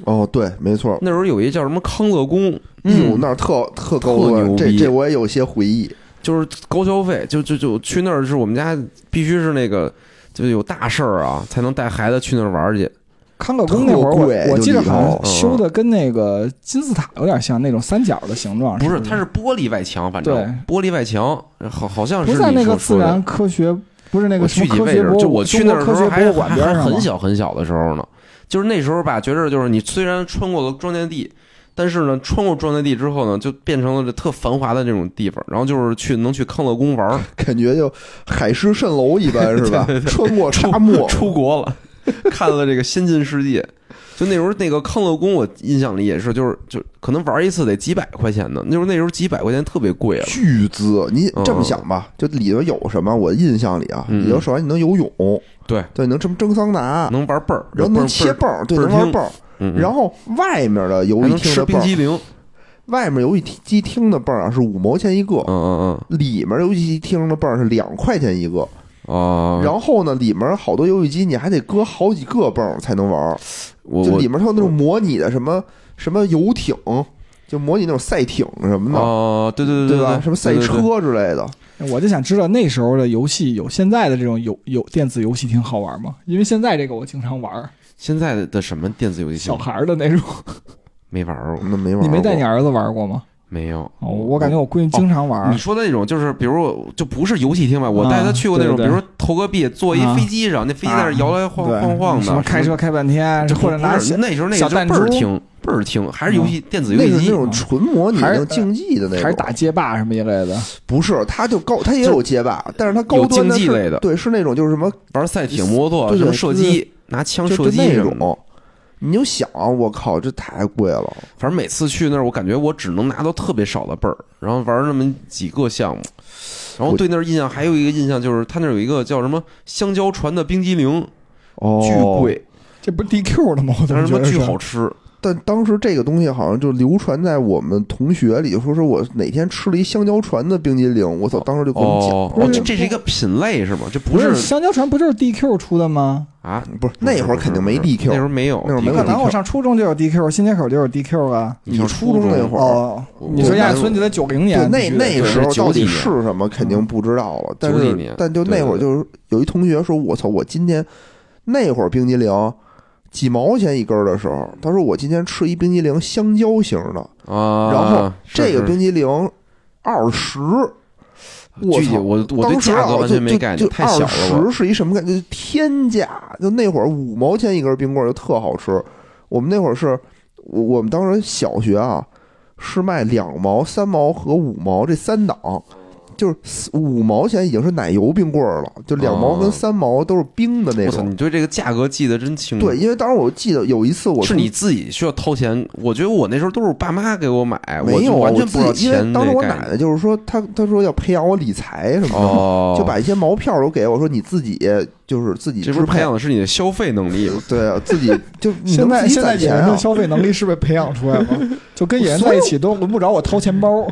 哦，对，没错。
那时候有一叫什么康乐宫，
哟，那儿特特高
特
端，
牛
这
逼
这我也有些回忆。
就是高消费，就就就去那儿是我们家必须是那个。就有大事儿啊，才能带孩子去那儿玩儿去。
啊康乐宫那会儿
特贵
我我记得
就里
好
头
嗯
像修的跟那个金字塔有点像，那种三角的形状。
不
是
是，它是玻璃外墙，反正玻璃外墙，好好像是
不在
你
那
说
个自
说的
然科学，不是那
我
个什
具
么
体
科
位
学
置
博物，
就我去那时
中
候
国科学博
还
物馆
还
边
还
上吗
很小很小的时候呢，就是那时候吧，觉着就是你虽然穿过了庄稼地，但是呢，穿过庄稼地之后呢，就变成了这特繁华的这种地方，然后就是去能去康乐宫玩儿，
感觉就海市蜃楼一般是吧？穿过沙漠，
出国 了，看了这个先进世界。就那时候那个康乐宫，我印象里也是，就是就可能玩一次得几百块钱呢，那时候那时候几百块钱特别贵了。
巨资。你
嗯
这么想吧，就里头有什么？我印象里啊，
嗯
里头首先你能游泳，
对，
对，能什么蒸桑拿，
能玩蹦儿，
啊然后能切蹦儿，对，
倍儿
能玩
听
蹦儿。
嗯，嗯
然后外面的游
还
戏
能
厅
吃
的
冰
泵，啊
激凌，
外面游戏机厅的泵啊是五毛钱一个
嗯，嗯
里面游戏机厅的泵是两块钱一个。
嗯，哦，
然后呢，里面好多游戏机你还得搁好几个泵儿才能玩儿，
我
就
我
里面它有那种模拟的什么什么游艇，就模拟那种赛艇什么的，
哦，对对
对
对
吧？什么赛
对对对
车之类的，
我就想知道那时候的游戏有现在的这种有有电子游戏厅好玩吗？因为现在这个我经常玩儿，
现在的什么电子游戏
小孩儿的那种。
没玩儿过，
嗯那没玩儿过。
你没带你儿子玩过吗？
没有。
哦，我感觉我闺女经常玩儿
你。说的那种，就是比如我就不是游戏厅吧，我
啊
带他去过那种，比
对
如
对
说投个币，坐一
啊
飞机上，那飞机在那儿摇来晃
对
晃晃
什
的
么，开
什
车
么。
开半天，
这
或者拿
不是那时候那
小
个就
弹
倍儿
珠嗯
听倍儿听，还是游戏电子游
那
戏
是那
机，啊
种纯模拟
还
那
是
种竞技的那种，
还是打街霸什么一类的，
不是，它就高，它也
就
有街霸，但是它高
有
端
竞技
是
类的
对，是那种就是什么
玩赛艇、摩托
对
什
对
么射击，拿枪
就
射
就
击
那
什么的。
种。你就想，啊我靠，这太贵了。
反正每次去那儿，我感觉我只能拿到特别少的倍儿，然后玩那么几个项目。然后对那儿印象还有一个印象就是，他那儿有一个叫什么香蕉船的冰激凌，
哦
巨贵，
这不是 DQ 的吗？我怎
但是
么
他
觉
妈
得是
巨好吃。
但当时这个东西好像就流传在我们同学里，说是我哪天吃了一香蕉船的冰激凌，我操，当时就给我们讲
哦
了，
哦，
不
这
是
这是一个品类是吗？这
不
不是
是香蕉船不就是 DQ 出的吗？
啊？
不是那会儿肯定没
不是
DQ，
那时候没有，
那会儿没有
不可
DQ
能，
DQ
我上初中就有 DQ，新街口就有 DQ 了。
你初中那会儿，
哦，
我
你说
我
亚
我
运村就得九零
对
年，
那那
对
时候
是
到底
90年
是什么肯定不知道了，但
90
是
年
但就
对
那会儿
对
就是有一同学说，我操，我今天那会儿冰激凌几毛钱一根儿的时候，他说我今天吃一冰激凌香蕉型的，
啊。
然后
是
这个
是
冰激凌二十，我
具体
操！
我我对
当时
价
啊，
格完全没概
就就
念，太小了
二
我。
十是一什么概念？就天价！就那会儿五毛钱一根冰棍儿就特好吃。我们那会儿是，我我们当时小学啊，是卖两毛、三毛和五毛这三档，就是四五毛钱已经是奶油冰棍儿了，就两毛跟
哦
三毛都是冰的那
我操，
种。
你对这个价格记得真清楚。
对，因为当时我记得有一次我
是
从
你自己需要掏钱，我觉得我那时候都是我爸妈给我买，我
没有
就
啊
完全
我
不知道
自己
钱
因为当时
这
我
概
奶
念
奶就是说，她她说要培养我理财什么的，
哦，
就把一些毛票都给我，说你自己就是自己
这
支
不是培
配
养的是你的消费能 力吗？
对啊， 自己就你
现
能
在
自己
现在
攒
野
钱
人的
啊。
消费能力是被培养出来 了，就跟野人在一起都轮不着我掏钱 包，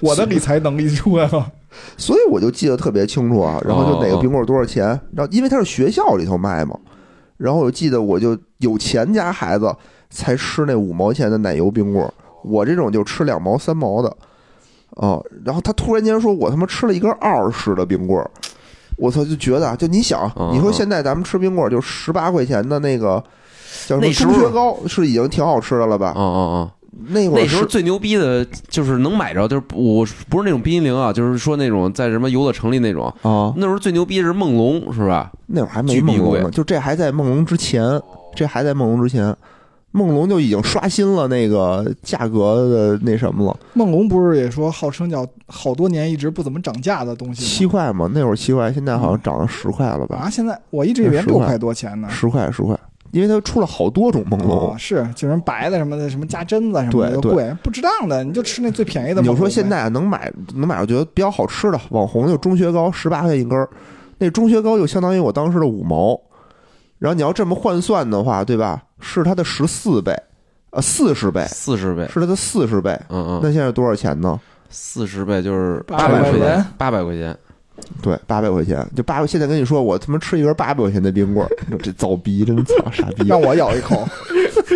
我的理财能力出来 了。
所以我就记得特别清楚啊。然后就哪
哦
个冰棍儿多少钱，然后因为它是学校里头卖嘛，然后我就记得我就有钱家孩子才吃那五毛钱的奶油冰棍儿，我这种就吃两毛三毛的。啊、然后他突然间说：“我他妈吃了一根二十的冰棍儿，我操，就觉得啊就你想
嗯，
你说现在咱们吃冰棍儿就十八块钱的那个叫什
那
么
时
猪
候
血糕，是已经挺好吃的了吧？
嗯嗯
那
嗯，
会
那
儿
时候
啊是
最牛逼的就是能买着，就是我不是那种冰激凌啊，就是说那种在什么游乐城里那种。
啊，
那时候最牛逼是梦龙，是吧？
那会儿还没
巨
梦
冰
龙
柜
呢，就这还在梦龙之前，这还在梦龙之前。梦龙就已经刷新了那个价格的那什么了，
梦龙不是也说号称叫好多年一直不怎么涨价的东西
七
吗？
块嘛，那会儿七块，现在好像涨了十块了吧，
啊，现在我一直以为
十块
六块多钱呢。
十块十块，因为它出了好多种梦龙
嗯哦，，是就是白的什么的，什么加榛子什么的
对
都
对
贵，不值当的，你就吃那最便宜的。
你就说现，在啊能买能买，我觉得比较好吃的网红就中学糕十八块一根儿，那中学糕就相当于我当时的五毛，然后你要这么换算的话，对吧？是它的十四倍，呃，四十倍，
四十倍，
是它的四十倍。
嗯嗯，
那现在多少钱呢？
四十倍就是
800
百块
块
钱
钱，
八百块钱。
对，八百块钱，就八。现在跟你说，我他妈吃一根八百块钱的冰棍儿， 这造逼，真操傻逼，
让我咬一口，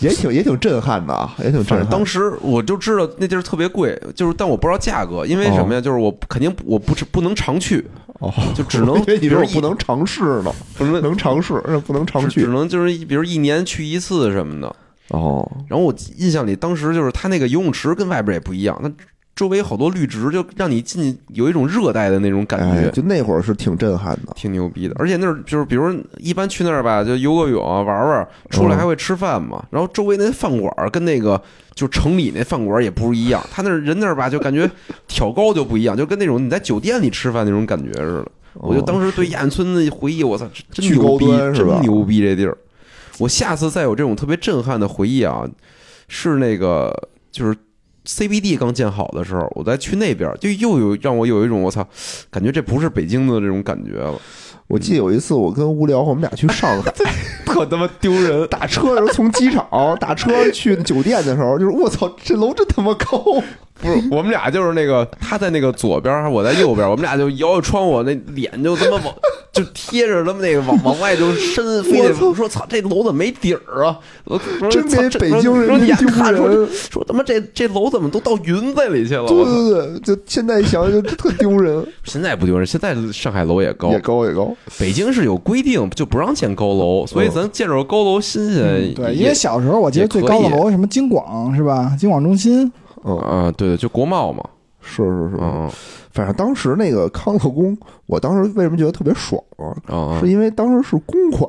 也挺也挺震撼的啊，也挺震
反正
撼。
当时我就知道那地儿特别贵，就是但我不知道价格，因为什么呀？就是我肯定不我不是不能常去，
哦，
就 只能
因为你说我不
比如
能尝试 呢，
一不能
能尝试，不能尝
只只
去。
能就是一比如一年去一次什么的。
哦，
然后我印象里当时就是他那个游泳池跟外边也不一样，那周围好多绿植，就让你进去有一种热带的那种感
哎，
觉。
就那会儿是挺震撼的。
挺牛逼的，而且那儿就是，比如一般去那儿吧，就游个泳啊、玩玩，出
嗯
来还会吃饭嘛。然后周围那饭馆儿跟那个就城里那饭馆儿也不是一样，他那儿人那儿吧，就感觉挑高就不一样，就跟那种你在酒店里吃饭那种感觉似的。我就
哦
当时对亚运村的回忆，我操，真
巨
真牛逼
高端，是吧
真牛逼这地儿。我下次再有这种特别震撼的回忆啊，是那个就是 CBD 刚建好的时候，我再去那边儿，就又有让我有一种我操，感觉这不是北京的这种感觉了。
我记得有一次我跟无聊，我们俩去上海，
特他妈丢人！
打车的时候从机场打车去酒店的时候，就是我操，这楼真他妈高！
不是， 我们俩就是那个他在那个左边，我在右边，我们俩就摇摇窗户，那脸就他妈往就贴着他妈那个往往外就伸，非得说操这楼怎么没底儿啊？我我说
真
操
没
这
北
说
京
说
人
你
民
俩
丢
看说
人，
说他妈这这楼怎么都到云子里去了？
对
我操！
对对，就现在想就特丢人，
现在不丢人，现在上海楼也高
也，高也高，
北京是有规定就不让建高楼，所以咱建着高楼新鲜
嗯对，因
也
为小时候我记
也
得最
可
高
以
的楼什么京广是吧？京广中心，
嗯，
啊，对对，就国贸嘛，
是是是，
嗯
反正当时那个康乐宫，我当时为什么觉得特别爽啊？
嗯嗯，
是因为当时是公款，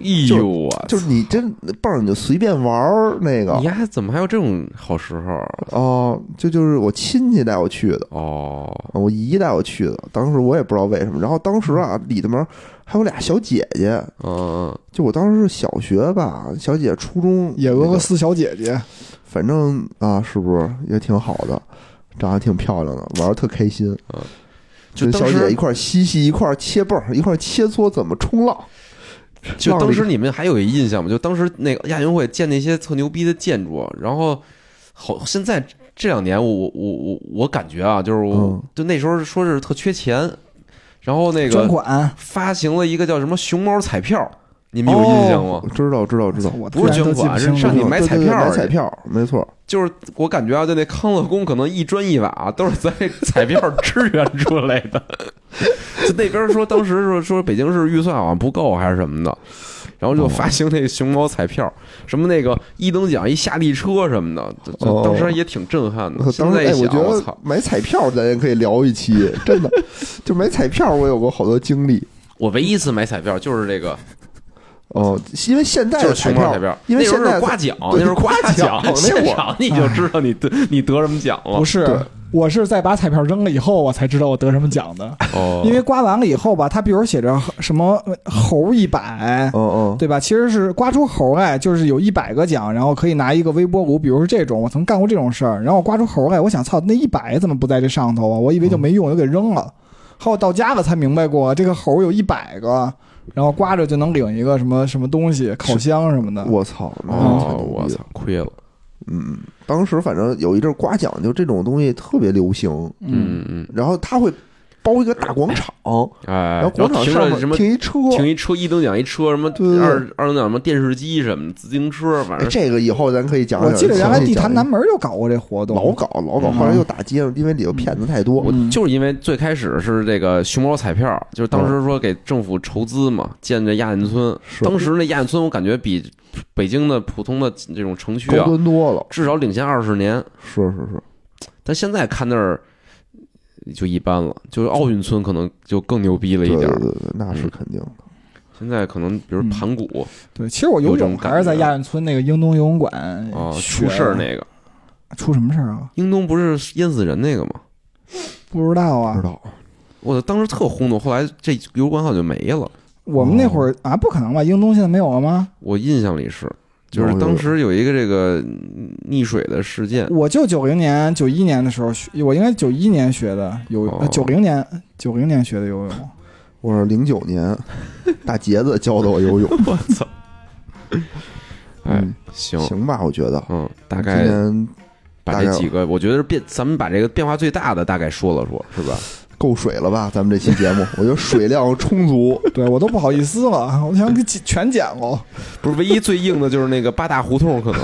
哎呦我操
就是你真蹦儿你就随便玩儿那个
你还怎么还有这种好时候？
哦，这就是我亲戚带我去的。
哦，
啊，我姨带我去的，当时我也不知道为什么。然后当时啊，里头面还有俩小姐姐，
嗯
就我当时是小学吧，小姐初中
野
那
俄
个
罗斯小姐姐，
反正啊，是不是也挺好的，长得挺漂亮的，玩的特开心。
嗯，就
跟
当
小姐
时
姐一块儿嬉戏，一块儿切蹦儿，一块儿切磋怎么冲浪。
就
浪
当
里
时你们还有一印象吗？就当时那个亚运会建那些特牛逼的建筑，啊然后好，现在这两年我我我我我感觉啊，就是我、
嗯
就那时候说是特缺钱，然后那
专
个
款，
发行了一个叫什么熊猫彩票，你们有印象吗？
哦知道，知道，知道。
我
不是
突然都记
捐款
清
是
楚
上你
了
买
对对
彩
对
票儿
买彩票，没错。
就是我感觉啊，就那康乐宫可能一砖一瓦、都是在 彩票支援出来的。 就那边说当时说说北京市预算好像不够还是什么的，然后就发行那熊猫彩票，什么那个一等奖一夏利车什么的，就就
哦
当时也挺震撼的。
我
嗯现
当时
在一
哎，我
想，
觉
我
得
操，
买彩票咱也可以聊一期，真的。就买彩票，我有过好多经历。
我唯一一次买彩票就是这个，
哦，因为现在
就
的
是熊
票，
猫彩票，
因为
那时
现
候是
在
刮奖，那
对
时候刮
刮
奖
奖，那
现
会儿
场你就知道你得你得什么奖了
不。是
对，
我是在把彩票扔了以后，我才知道我得什么奖的。
哦
因为刮完了以后吧，它比如写着什么猴一百，
嗯嗯，
对吧？其实是刮出猴来，就是有一百个奖，然后可以拿一个微波炉，比如是这种，我曾干过这种事儿。然后我刮出猴来，我想操，那一百怎么不在这上头啊？我以为就没用，我就给扔了。后来我到家了才明白过，这个猴有一百个，然后刮着就能领一个什么什么东西，烤箱什么的。
我操！那太
哦，
牛逼
我
了
操，亏了，
嗯，当时反正有一阵儿刮奖，就这种东西特别流行，
嗯嗯。
然后他会包一个大广场，
哎，
然后广
然后
场
停
上
着什么
面停一车。
停一车，一等奖一车，什么
对对对
二二等奖什么电视机什么的自行车，反
哎，
正
这个以后咱可以讲讲。
我记得原来地坛
讲
南门就搞过这活动，
老搞老搞，
嗯
后来又打街上，因为里头骗子太多。
我就是因为最开始是这个熊猫彩票，就是当时说给政府筹资嘛，建这亚运村。
是
当时那亚运村，我感觉比北京的普通的这种城区
高
啊，
端多了，
至少领先二十年。
是是是，
但现在看那儿就一般了，就是奥运村可能就更牛逼了一
对对
点儿。
对，对那是肯定的。
现在可能比如
嗯
盘古
对，其实我游
有这种
泳还是在
感觉
亚运村那个英东游泳馆
啊
学
出事儿
的
那个，
出什么事儿啊？
英东不是淹死人那个吗？
不知道啊
嗯
不知，道，
我当时特轰动，后来这油管好像就没了。
我们那
哦
会儿啊，不可能吧？英东现在没有了吗？
我印象里是，就是
有
当时有一个这个溺水的事 件，
我就九零年、九一年的时候学，我应该九一年学的游
哦
泳，九零年九零年学的游泳。
我是零九 年，大杰子教的我游泳，
哎
嗯，
行，
行吧？我觉得
嗯，大
今
概
年
把这几个，我觉得变，咱们把这个变化最大的大概说了说，是吧？
够水了吧？咱们这期节目，我觉得水量充足。
对我都不好意思了，我想给剪全剪了。
不是，唯一最硬的就是那个八大胡同，可 能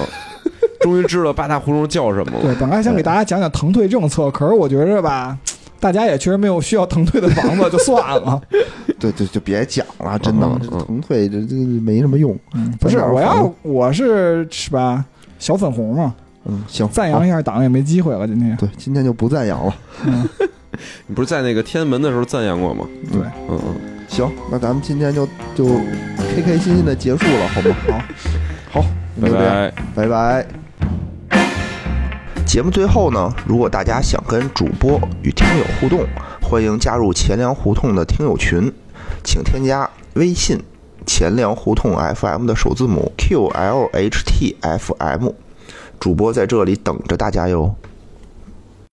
终于知道八大胡同叫什么了。
对，本来想给大家讲讲腾退政策，可是我觉着吧，大家也确实没有需要腾退的房子，就算 了。
对对，就别讲了，真的
嗯，
这
嗯
腾退这这没什么用。
嗯，不是，
咱俩
我
房
要
子
我是是吧？小粉红嘛，
嗯，行，
赞
好
扬一下党也没机会了，今天。
对，今天就不赞扬了。
你不是在那个天安门的时候赞扬过吗？
对，
嗯嗯，
行，那咱们今天就就开开心心的结束了，好吗？好，好，那就
拜
这样拜
拜。
拜。
节目最后呢，如果大家想跟主播与听友互动，欢迎加入钱粮胡同的听友群，请添加微信“钱粮胡同 FM” 的首字母 “QLHTFM”，主播在这里等着大家哟。